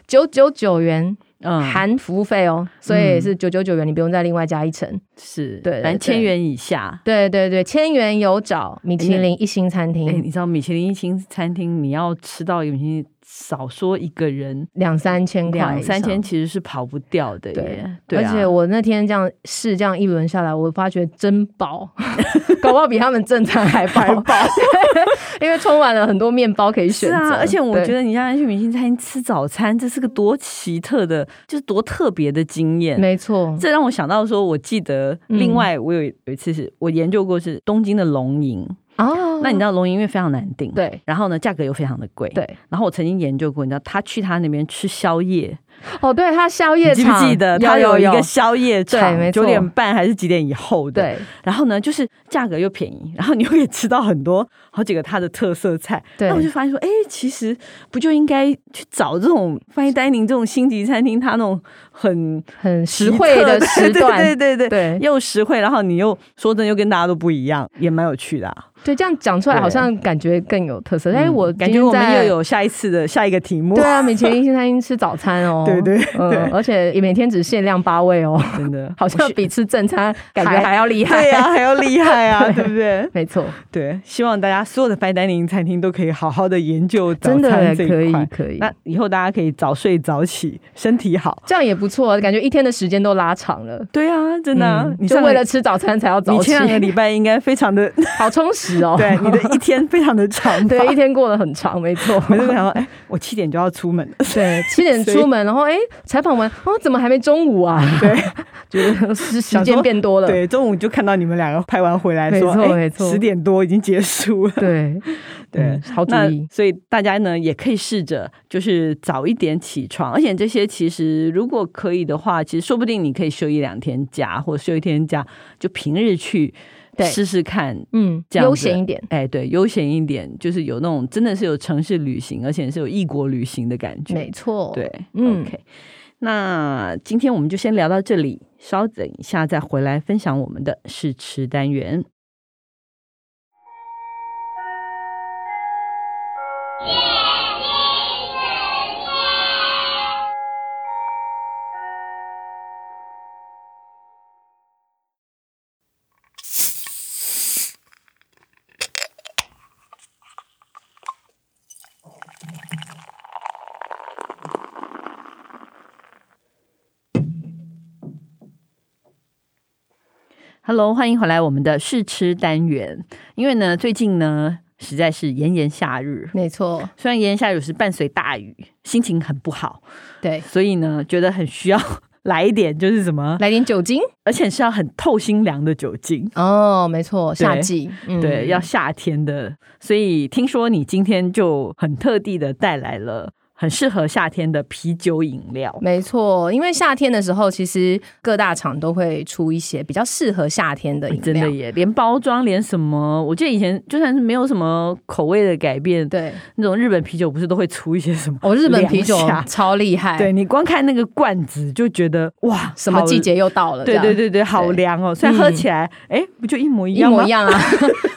Speaker 3: 九九九元
Speaker 1: 嗯，
Speaker 3: 含服务费哦，所以是九九九元，你不用再另外加一层。
Speaker 1: 是
Speaker 3: 对对
Speaker 1: 反正
Speaker 3: 对
Speaker 1: 千元以下。
Speaker 3: 对对对，千元有找米其林一星餐
Speaker 1: 哎，
Speaker 3: 厅
Speaker 1: 你知道米其林一星餐厅，你要吃到米其林，少说一个人
Speaker 3: 两三千块以上，
Speaker 1: 两三千，其实是跑不掉的耶。对
Speaker 3: 而
Speaker 1: 啊，
Speaker 3: 且我那天这样试这样一轮下来，我发觉真 饱，搞不好比他们正餐还饱， 因为充满了很多面包可以选
Speaker 1: 是
Speaker 3: 择。
Speaker 1: 啊，而且我
Speaker 3: 对
Speaker 1: 觉得你让人去明星餐厅吃早餐，这是个多奇特的，就是多特别的经验。
Speaker 3: 没错，
Speaker 1: 这让我想到说，我记得
Speaker 3: 嗯
Speaker 1: 另外我有有一次是我研究过是东京的龙吟，
Speaker 3: 哦
Speaker 1: 那你知道龙吟因为非常难订，，
Speaker 3: 对
Speaker 1: 然后呢价格又非常的贵，。
Speaker 3: 对
Speaker 1: 然后我曾经研究过，你知道他去他那边吃宵夜，
Speaker 3: 哦，对，它宵夜
Speaker 1: 你记不
Speaker 3: 场
Speaker 1: 记得他
Speaker 3: 有
Speaker 1: 一
Speaker 3: 有
Speaker 1: 个
Speaker 3: 有
Speaker 1: 宵夜
Speaker 3: 对
Speaker 1: 场，
Speaker 3: 没错
Speaker 1: 九点半还是几点以后的？
Speaker 3: 对
Speaker 1: 然后呢，就是价格又便宜，然后你又可以吃到很多好几个它的特色菜。
Speaker 3: 对
Speaker 1: 那我就发现说，哎，其实不就应该去找这种 fine dining 这种星级餐厅，它那种很
Speaker 3: 很实
Speaker 1: 奇
Speaker 3: 惠
Speaker 1: 特
Speaker 3: 的 时
Speaker 1: 对
Speaker 3: 段，
Speaker 1: 对对对。
Speaker 3: 对
Speaker 1: 又实惠，然后你又说真的又跟大家都不一样，也蛮有趣的、啊。
Speaker 3: 对，这样讲出来
Speaker 1: 对
Speaker 3: 好像感觉更有特色。但是
Speaker 1: 嗯
Speaker 3: 哎我
Speaker 1: 感觉
Speaker 3: 今天
Speaker 1: 我们
Speaker 3: 在
Speaker 1: 又有下一次的下一个题目
Speaker 3: 对，啊，米其林星餐厅吃早餐 哦，
Speaker 1: 对对对
Speaker 3: 嗯，而且每天只限量八位哦，
Speaker 1: 真的
Speaker 3: 好像比吃正餐感觉
Speaker 1: 还
Speaker 3: 还要厉害。
Speaker 1: 对 呀、还要厉害啊，对不对？
Speaker 3: 没错，
Speaker 1: 对，希望大家所有的 fine dining 餐厅都可以好好的研究早
Speaker 3: 真的
Speaker 1: 餐这一块。
Speaker 3: 可以可以，
Speaker 1: 那以后大家可以早睡早起，身体好。
Speaker 3: 这样也不错，啊感觉一天的时间都拉长了。
Speaker 1: 对啊，真的、啊
Speaker 3: 嗯
Speaker 1: 你
Speaker 3: 就
Speaker 1: 上个
Speaker 3: 为了吃早餐才要早
Speaker 1: 你
Speaker 3: 起
Speaker 1: 前，两个礼拜应该非常 的，
Speaker 3: 好充实哦。
Speaker 1: 对你的一天非常的长吧。
Speaker 3: 对，一天过得很长，没错。
Speaker 1: 我就想说，哎、我七点就要出门了。
Speaker 3: 对，七点
Speaker 1: 所以
Speaker 3: 出门，然后哎，采访完，哦，怎么还没中午啊？
Speaker 1: 对，
Speaker 3: 觉得时时
Speaker 1: 想
Speaker 3: 间
Speaker 1: 说
Speaker 3: 变多了。
Speaker 1: 对，中午就看到你们两个拍完回来说，
Speaker 3: 没错
Speaker 1: 哎
Speaker 3: 没，错
Speaker 1: 十点多已经结束了。
Speaker 3: 对
Speaker 1: 对
Speaker 3: 嗯好主
Speaker 1: 那
Speaker 3: 意。
Speaker 1: 所以大家呢也可以试着就是早一点起床，而且这些其实如果可以的话，其实说不定你可以休一两天假，或休一天假就平日去
Speaker 3: 对
Speaker 1: 试试看
Speaker 3: 嗯，
Speaker 1: 这样
Speaker 3: 悠
Speaker 1: 子
Speaker 3: 闲一点。
Speaker 1: 哎，对，悠闲一点，就是有那种真的是有城市旅行，而且是有异国旅行的感觉。
Speaker 3: 没错，
Speaker 1: 对，
Speaker 3: 嗯
Speaker 1: o k 那今天我们就先聊到这里，稍等一下再回来分享我们的试吃单元。Hello，欢迎回来我们的试吃单元。因为呢，最近呢实在是炎炎夏日，
Speaker 3: 没错，
Speaker 1: 虽然炎炎夏日是伴随大雨，心情很不好，
Speaker 3: 对，
Speaker 1: 所以呢觉得很需要 来一点就是什么，
Speaker 3: 来点酒精
Speaker 1: 而且是要很透心凉的酒精。
Speaker 3: 哦，没错，夏
Speaker 1: 对
Speaker 3: 季，嗯
Speaker 1: 对，要夏天的，所以听说你今天就很特地的带来了很适合夏天的啤酒饮料。
Speaker 3: 没错，因为夏天的时候，其实各大厂都会出一些比较适合夏天的饮
Speaker 1: 哎真的
Speaker 3: 料。
Speaker 1: 耶，连包装连什么，我记得以前就算是没有什么口味的改变，
Speaker 3: 对，
Speaker 1: 那种日本啤酒不是都会出一些什么？
Speaker 3: 哦，日本啤酒
Speaker 1: 凉夏
Speaker 3: 超厉害，
Speaker 1: 对，你光看那个罐子就觉得哇，
Speaker 3: 什么
Speaker 1: 好
Speaker 3: 季？节又到了，
Speaker 1: 对
Speaker 3: 这样
Speaker 1: 对对对，好
Speaker 3: 对
Speaker 1: 凉哦！虽然
Speaker 3: 嗯
Speaker 1: 喝起来，哎、不就一模一
Speaker 3: 一
Speaker 1: 样吗？
Speaker 3: 模一 样啊，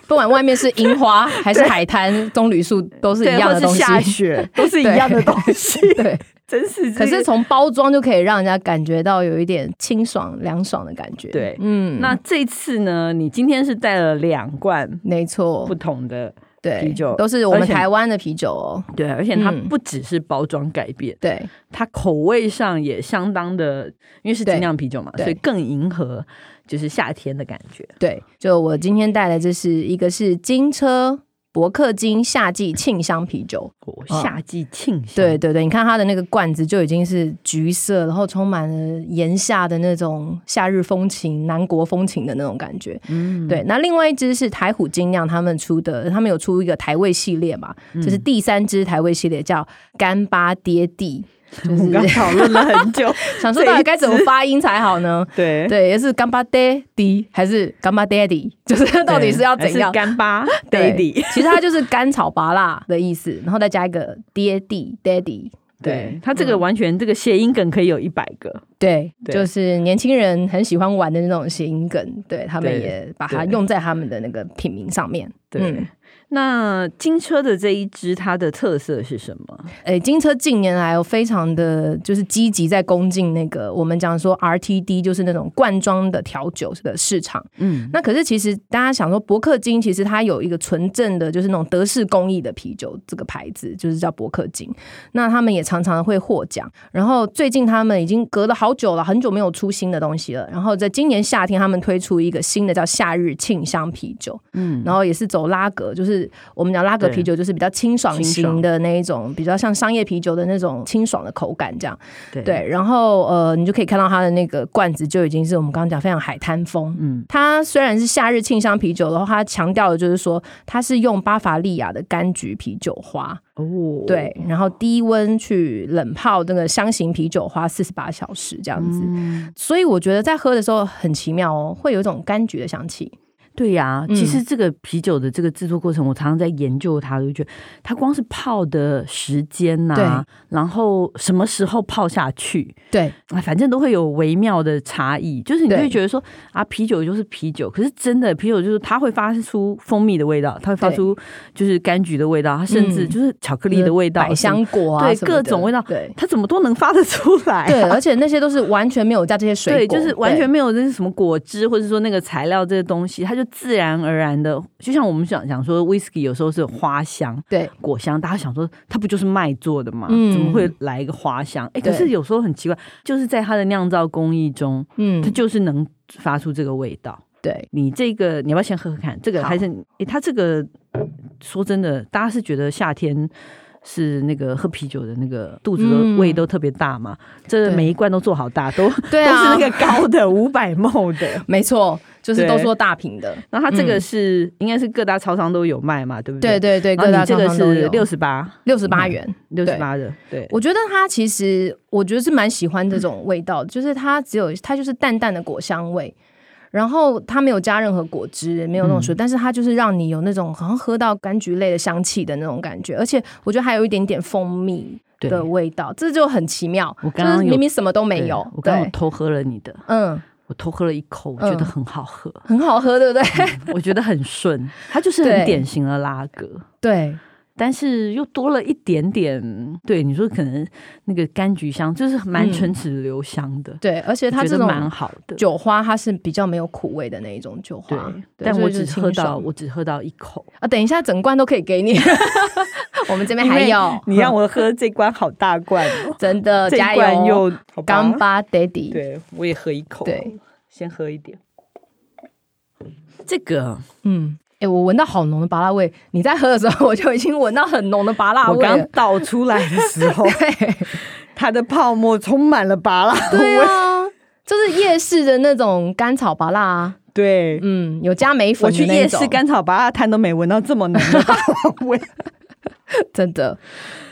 Speaker 3: 不管外面是樱花还是海滩、棕榈树，都是
Speaker 1: 对，
Speaker 3: 一样
Speaker 1: 或
Speaker 3: 的
Speaker 1: 是
Speaker 3: 东西。
Speaker 1: 下 雪都是一
Speaker 3: 对
Speaker 1: 样的东西，
Speaker 3: 对，
Speaker 1: 真是这
Speaker 3: 可
Speaker 1: 个。
Speaker 3: 是从包装就可以让人家感觉到有一点清爽、凉爽的感觉。
Speaker 1: 对
Speaker 3: 嗯，
Speaker 1: 那这次呢，你今天是带了两罐
Speaker 3: 没错
Speaker 1: 不，同的，
Speaker 3: 对，
Speaker 1: 啤酒
Speaker 3: 都是我们
Speaker 1: 而且
Speaker 3: 台湾的啤酒哦。
Speaker 1: 对，而且它
Speaker 3: 嗯
Speaker 1: 不只是包装改变，
Speaker 3: 对，
Speaker 1: 它口味上也相当的，因为是精
Speaker 3: 对
Speaker 1: 酿啤酒嘛，
Speaker 3: 对
Speaker 1: 所以更迎合就是夏天的感觉。
Speaker 3: 对，就我今天带的，这是一个是金车伯克金夏季庆香啤酒。
Speaker 1: 哦，
Speaker 3: 哦
Speaker 1: 夏季庆香，
Speaker 3: 对，对对，你看它的那个罐子就已经是橘色，然后充满了炎夏的那种夏日风情、南国风情的那种感觉。
Speaker 1: 嗯，
Speaker 3: 对，那另外一支是台虎精酿他们出的，他们有出一个台味系列嘛，
Speaker 1: 嗯
Speaker 3: 就是第三支台味系列叫干巴爹地，就
Speaker 1: 我们 刚
Speaker 3: 是
Speaker 1: 讨论了很久，
Speaker 3: 想说到底该怎么发音才好呢？
Speaker 1: 对，
Speaker 3: 对，也是干巴爹地还是干巴爹地，就是到底是要怎样
Speaker 1: 还是？干 巴
Speaker 3: 对
Speaker 1: daddy？
Speaker 3: 其实它就是甘草拔辣的意思，然后再加一个爹地 daddy。
Speaker 1: 对，嗯它这个完全这个谐音梗可以有一百个，
Speaker 3: 对，
Speaker 1: 对
Speaker 3: 就是年轻人很喜欢玩的那种谐音梗，对他们
Speaker 1: 对
Speaker 3: 也把它
Speaker 1: 对
Speaker 3: 用在他们的那个品名上面。
Speaker 1: 对
Speaker 3: 嗯。
Speaker 1: 那金车的这一支，它的特色是什么？
Speaker 3: 诶，金车近年来有非常的就是积极在攻进那个我们讲说 RTD，就是那种罐装的调酒的市场。
Speaker 1: 嗯，
Speaker 3: 那可是其实大家想说，伯克金其实它有一个纯正的，就是那种德式工艺的啤酒这个牌子，就是叫伯克金。那他们也常常会获奖。然后最近他们已经隔了好久了，很久没有出新的东西了。然后在今年夏天，他们推出一个新的叫夏日庆香啤酒，嗯，然后也是走拉格，就是我们讲拉格
Speaker 1: 对
Speaker 3: 啤酒，就是比较清爽
Speaker 1: 清爽
Speaker 3: 型的那一种，比较像商业啤酒的那种清爽的口感这样。
Speaker 1: 对
Speaker 3: 对，然后呃，你就可以看到它的那个罐子就已经是我们刚刚讲非常海滩风。
Speaker 1: 嗯
Speaker 3: 嗯，它虽然是夏日庆香啤酒的话，它强调的就是说它是用巴伐利亚的柑橘啤酒花，
Speaker 1: 哦，
Speaker 3: 对，然后低温去冷泡这个香型啤酒花四十八小时这样子。
Speaker 1: 嗯，
Speaker 3: 所以我觉得在喝的时候很奇妙哦，会有一种柑橘的香气。
Speaker 1: 对呀、
Speaker 3: 嗯
Speaker 1: 其实这个啤酒的这个制作过程，我常常在研究它，我就觉得它光是泡的时间呐、然后什么时候泡下去，
Speaker 3: 对
Speaker 1: 啊，反正都会有微妙的差异。就是你
Speaker 3: 对
Speaker 1: 会觉得说啊，啤酒就是啤酒，可是真的啤酒就是它会发出蜂蜜的味道，它会发
Speaker 3: 对
Speaker 1: 出就是柑橘的味道，它甚至
Speaker 3: 嗯
Speaker 1: 就是巧克力的味道，
Speaker 3: 百
Speaker 1: 什么
Speaker 3: 香果啊
Speaker 1: 对
Speaker 3: 什么的，
Speaker 1: 各种味道
Speaker 3: 对。
Speaker 1: 它怎么都能发得出来啊、
Speaker 3: 对，而且那些都是完全没有加这些水
Speaker 1: 对，
Speaker 3: 果，
Speaker 1: 就是完全没有那是什么果汁，或者说那个材料这些东西，它就自然而然的，就像我们想想说，whisky 有时候是有花香、
Speaker 3: 对
Speaker 1: 果香，大家想说它不就是麦做的吗？
Speaker 3: 嗯
Speaker 1: 怎么会来一个花香？哎，可
Speaker 3: 对
Speaker 1: 是有时候很奇怪，就是在它的酿造工艺中，
Speaker 3: 嗯
Speaker 1: 它，就是能发出这个味道。
Speaker 3: 对，
Speaker 1: 你这个你要不要先喝喝看？这个
Speaker 3: 好
Speaker 1: 还是诶它这个说真的，大家是觉得夏天。是那个喝啤酒的那个肚子
Speaker 3: 嗯
Speaker 1: 的胃都特别大嘛？这
Speaker 3: 对
Speaker 1: 每一罐都做好大，都
Speaker 3: 对
Speaker 1: 都
Speaker 3: 啊
Speaker 1: 是那个高的五百 ml 的。
Speaker 3: 没错，就是
Speaker 1: 对
Speaker 3: 都说大瓶的，
Speaker 1: 然后它这个
Speaker 3: 嗯
Speaker 1: 是、应该是各大超商都有卖嘛，对不
Speaker 3: 对
Speaker 1: 对
Speaker 3: 对对，
Speaker 1: 然后
Speaker 3: 各大
Speaker 1: 你这
Speaker 3: 厂
Speaker 1: 个
Speaker 3: 商都
Speaker 1: 是
Speaker 3: 有
Speaker 1: 六十嗯八，
Speaker 3: 六十八元。
Speaker 1: 六十八的，对，
Speaker 3: 我觉得它其实，我觉得是蛮喜欢这种味道，就是它只有它就是淡淡的果香味，然后它没有加任何果汁，没有那种水，
Speaker 1: 嗯
Speaker 3: 但是它就是让你有那种好像喝到柑橘类的香气的那种感觉，而且我觉得还有一点点蜂蜜。
Speaker 1: 对
Speaker 3: 的味道，这就很奇妙。
Speaker 1: 我刚刚有
Speaker 3: 就是明明什么都没
Speaker 1: 对
Speaker 3: 有，
Speaker 1: 我刚刚
Speaker 3: 对，
Speaker 1: 偷喝了你的，
Speaker 3: 嗯，
Speaker 1: 我偷喝了一口，我觉得
Speaker 3: 嗯
Speaker 1: 很好喝，
Speaker 3: 很好 喝，对不对？
Speaker 1: 我觉得很顺，它就是很
Speaker 3: 对
Speaker 1: 典型的拉格。
Speaker 3: 对，
Speaker 1: 但是又多了一点点，对你说可能那个柑橘香，就是蛮
Speaker 3: 嗯
Speaker 1: 唇齿留香的，
Speaker 3: 对，而且它
Speaker 1: 觉
Speaker 3: 这
Speaker 1: 得
Speaker 3: 种
Speaker 1: 蛮好的。
Speaker 3: 酒花，它是比较没有苦味的那一种酒
Speaker 1: 对
Speaker 3: 花。，对
Speaker 1: 但
Speaker 3: 所以
Speaker 1: 我
Speaker 3: 就
Speaker 1: 只
Speaker 3: 是
Speaker 1: 喝
Speaker 3: 清
Speaker 1: 到
Speaker 3: 爽
Speaker 1: 我只喝到一 口，
Speaker 3: 啊，等一下，整罐都可以给你，我们这边还
Speaker 1: 因为
Speaker 3: 有，，
Speaker 1: 你让我喝这罐好大罐哦
Speaker 3: 真的
Speaker 1: 这一
Speaker 3: 呃加
Speaker 1: 罐
Speaker 3: 油，
Speaker 1: 又好吧
Speaker 3: 干巴 daddy，
Speaker 1: 对我也喝一口，
Speaker 3: 对，
Speaker 1: 先喝一点。这个
Speaker 3: 嗯，哎、我闻到好浓的拔辣味，你在喝的时候我就已经闻到很浓的拔辣
Speaker 1: 我
Speaker 3: 味
Speaker 1: 刚
Speaker 3: 了。
Speaker 1: 倒出来的时候，
Speaker 3: 对
Speaker 1: 它的泡沫充满了拔蜡
Speaker 3: 对啊，就是夜市的那种甘草拔辣啊，
Speaker 1: 对，
Speaker 3: 嗯，有加梅
Speaker 1: 我
Speaker 3: 粉
Speaker 1: 去
Speaker 3: 的
Speaker 1: 夜
Speaker 3: 那种，
Speaker 1: 市甘草拔蜡摊都没闻到这么浓的拔 蜡味。
Speaker 3: 真的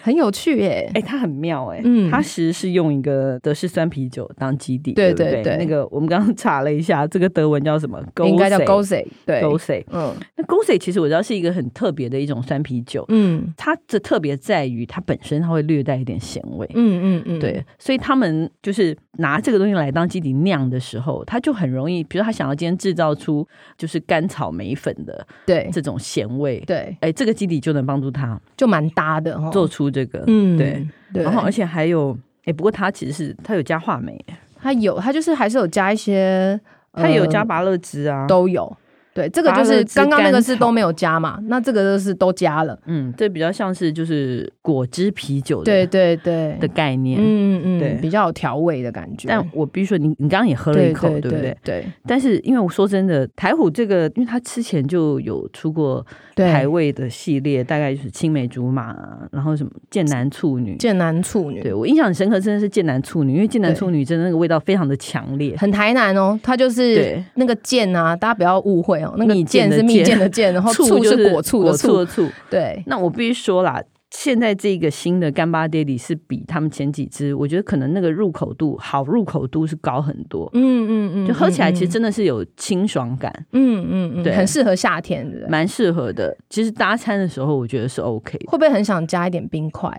Speaker 3: 很有趣耶、
Speaker 1: 哎、它很妙哎、
Speaker 3: 嗯
Speaker 1: 它其实是用一个德式酸啤酒当基底，
Speaker 3: 对
Speaker 1: 不对
Speaker 3: 对对
Speaker 1: 那个我们刚刚查了一下，这个德文叫什么？
Speaker 3: 应该叫 g o
Speaker 1: Gose
Speaker 3: s e 对，
Speaker 1: Gose。
Speaker 3: 嗯
Speaker 1: 那 Gose 其实我知道是一个很特别的一种酸啤酒，
Speaker 3: 嗯
Speaker 1: 它的特别在于它本身它会略带一点咸味。
Speaker 3: 嗯嗯嗯，
Speaker 1: 对，所以他们就是拿这个东西来当基底酿的时候，它就很容易，比如他想要今天制造出就是甘草梅粉的
Speaker 3: 对
Speaker 1: 这种咸味，
Speaker 3: 对，
Speaker 1: 哎，这个基底就能帮助他
Speaker 3: 就蛮搭的哈。
Speaker 1: 做出这个，
Speaker 3: 哦嗯
Speaker 1: 对，
Speaker 3: 对，
Speaker 1: 然后而呃且还有，哎，不过它其实是它有加话梅，
Speaker 3: 它有，它就是还是有加一些，
Speaker 1: 它也有加
Speaker 3: 呃
Speaker 1: 芭乐汁啊，
Speaker 3: 都有。对，这个
Speaker 1: 拔
Speaker 3: 就
Speaker 1: 了
Speaker 3: 是
Speaker 1: 枝
Speaker 3: 刚刚那个
Speaker 1: 甘
Speaker 3: 是
Speaker 1: 草
Speaker 3: 都没有加嘛，那这个就是都加了。
Speaker 1: 嗯，这比较像是就是果汁啤酒
Speaker 3: 对
Speaker 1: 的
Speaker 3: 对对，
Speaker 1: 的概念。
Speaker 3: 嗯嗯
Speaker 1: 对
Speaker 3: 嗯，比较有调味的感觉。
Speaker 1: 但我必须说，你你刚刚也喝了
Speaker 3: 对
Speaker 1: 一口，
Speaker 3: 对
Speaker 1: 对不对？
Speaker 3: 对
Speaker 1: 但是因为我说真的，台虎这个，因为它之前就有出过台
Speaker 3: 对，
Speaker 1: 味的系列，大概就是青梅竹马，啊然后什么剑南处女。
Speaker 3: 剑南处女，
Speaker 1: 对我印象很深刻，真的是剑南处女，因为剑南
Speaker 3: 对
Speaker 1: 处女真的那个味道非常的强烈。
Speaker 3: 很台南哦，它就是
Speaker 1: 对，
Speaker 3: 那个剑啊，大家不要误会哦，那
Speaker 1: 蜜
Speaker 3: 个
Speaker 1: 饯
Speaker 3: 剑
Speaker 1: 的
Speaker 3: 是蜜
Speaker 1: 饯
Speaker 3: 饯的剑，然后
Speaker 1: 醋
Speaker 3: 醋
Speaker 1: 就是
Speaker 3: 果醋
Speaker 1: 果
Speaker 3: 的
Speaker 1: 醋
Speaker 3: 醋
Speaker 1: 的，醋。
Speaker 3: 对
Speaker 1: 那我必须说啦，现在这个新的干巴爹里是比他们前几支，我觉得可能那个入口度好，入口度是高很多。
Speaker 3: 嗯嗯嗯，
Speaker 1: 就喝起来
Speaker 3: 嗯
Speaker 1: 其实，真的是有清爽感，
Speaker 3: 嗯嗯嗯
Speaker 1: 对
Speaker 3: 嗯，很适合夏天，对不对？
Speaker 1: 蛮适合的。其实搭餐的时候，我觉得是 OK 的。
Speaker 3: 会不会很想加一点冰块？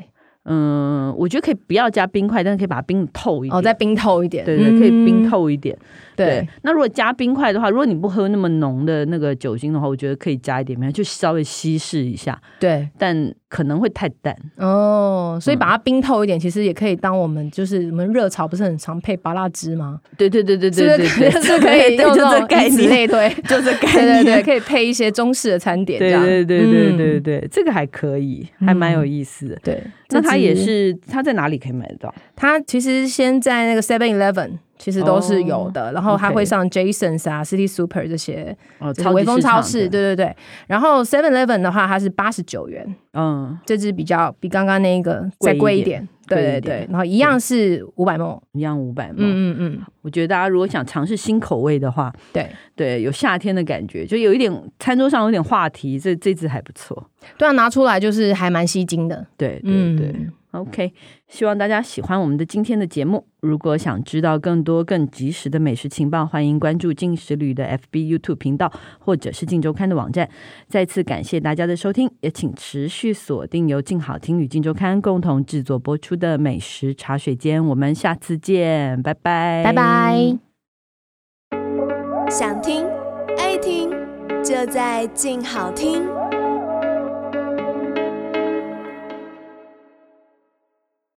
Speaker 1: 嗯，我觉得可以不要加冰块，但是可以把它冰得透一点。
Speaker 3: 哦，再冰透一点，
Speaker 1: 对对，可以冰
Speaker 3: 嗯。
Speaker 1: 透一点。
Speaker 3: 对，，
Speaker 1: 那如果加冰块的话，如果你不喝那么浓的那个酒精的话，我觉得可以加一点，就稍微稀释一下，
Speaker 3: 对，
Speaker 1: 但可能会太淡。
Speaker 3: 哦，所以
Speaker 1: 嗯
Speaker 3: 把它冰透一点，其实也可以当我们就是我们热炒不是很常配拔辣汁吗？
Speaker 1: 对对对对对对对，
Speaker 3: 是不 是可 以
Speaker 1: 对
Speaker 3: 用
Speaker 1: 就
Speaker 3: 这
Speaker 1: 这
Speaker 3: 种
Speaker 1: 概
Speaker 3: 以此
Speaker 1: 念，
Speaker 3: 类推？
Speaker 1: 就这概
Speaker 3: 对对
Speaker 1: 念。
Speaker 3: 对，可以配一些中式的餐点，这样
Speaker 1: 对对对对对
Speaker 3: 嗯
Speaker 1: 对，这个还可以，还蛮有意思的。
Speaker 3: 对。
Speaker 1: 那它也
Speaker 3: 这支，
Speaker 1: 是，它在哪里可以买得到？
Speaker 3: 它其实先在那个 Seven Eleven 其实都是有的，然后它
Speaker 1: OK
Speaker 3: 会上 Jasons 啊、City Super 这些
Speaker 1: 哦，
Speaker 3: 就是微风超市，
Speaker 1: 市，
Speaker 3: 对对对。然后 Seven Eleven 的话，它是八十九元，
Speaker 1: 嗯，
Speaker 3: 这支比较比刚刚那个再
Speaker 1: 贵
Speaker 3: 贵
Speaker 1: 一
Speaker 3: 一
Speaker 1: 点
Speaker 3: 点，对
Speaker 1: 贵一
Speaker 3: 对对
Speaker 1: 点。
Speaker 3: 然后一样是五百梦，
Speaker 1: 一样五百嘛。
Speaker 3: 嗯嗯嗯，
Speaker 1: 我觉得大家如果想尝试新口味的话，
Speaker 3: 对。
Speaker 1: 对，有夏天的感觉，就有一点餐桌上有点话题，这这支还不错。
Speaker 3: 对啊，拿出来就是还蛮吸睛的。
Speaker 1: 对对
Speaker 3: 嗯，
Speaker 1: 对、o k 希望大家喜欢我们的今天的节目。如果想知道更多更及时的美食情报，欢迎关注进食旅的 FB、YouTube 频道，或者是静周刊的网站。再次感谢大家的收听，也请持续锁定由静好听与静周刊共同制作播出的美食茶水间。我们下次见，拜拜，
Speaker 3: 拜拜。
Speaker 4: 想听爱听，就在静好听。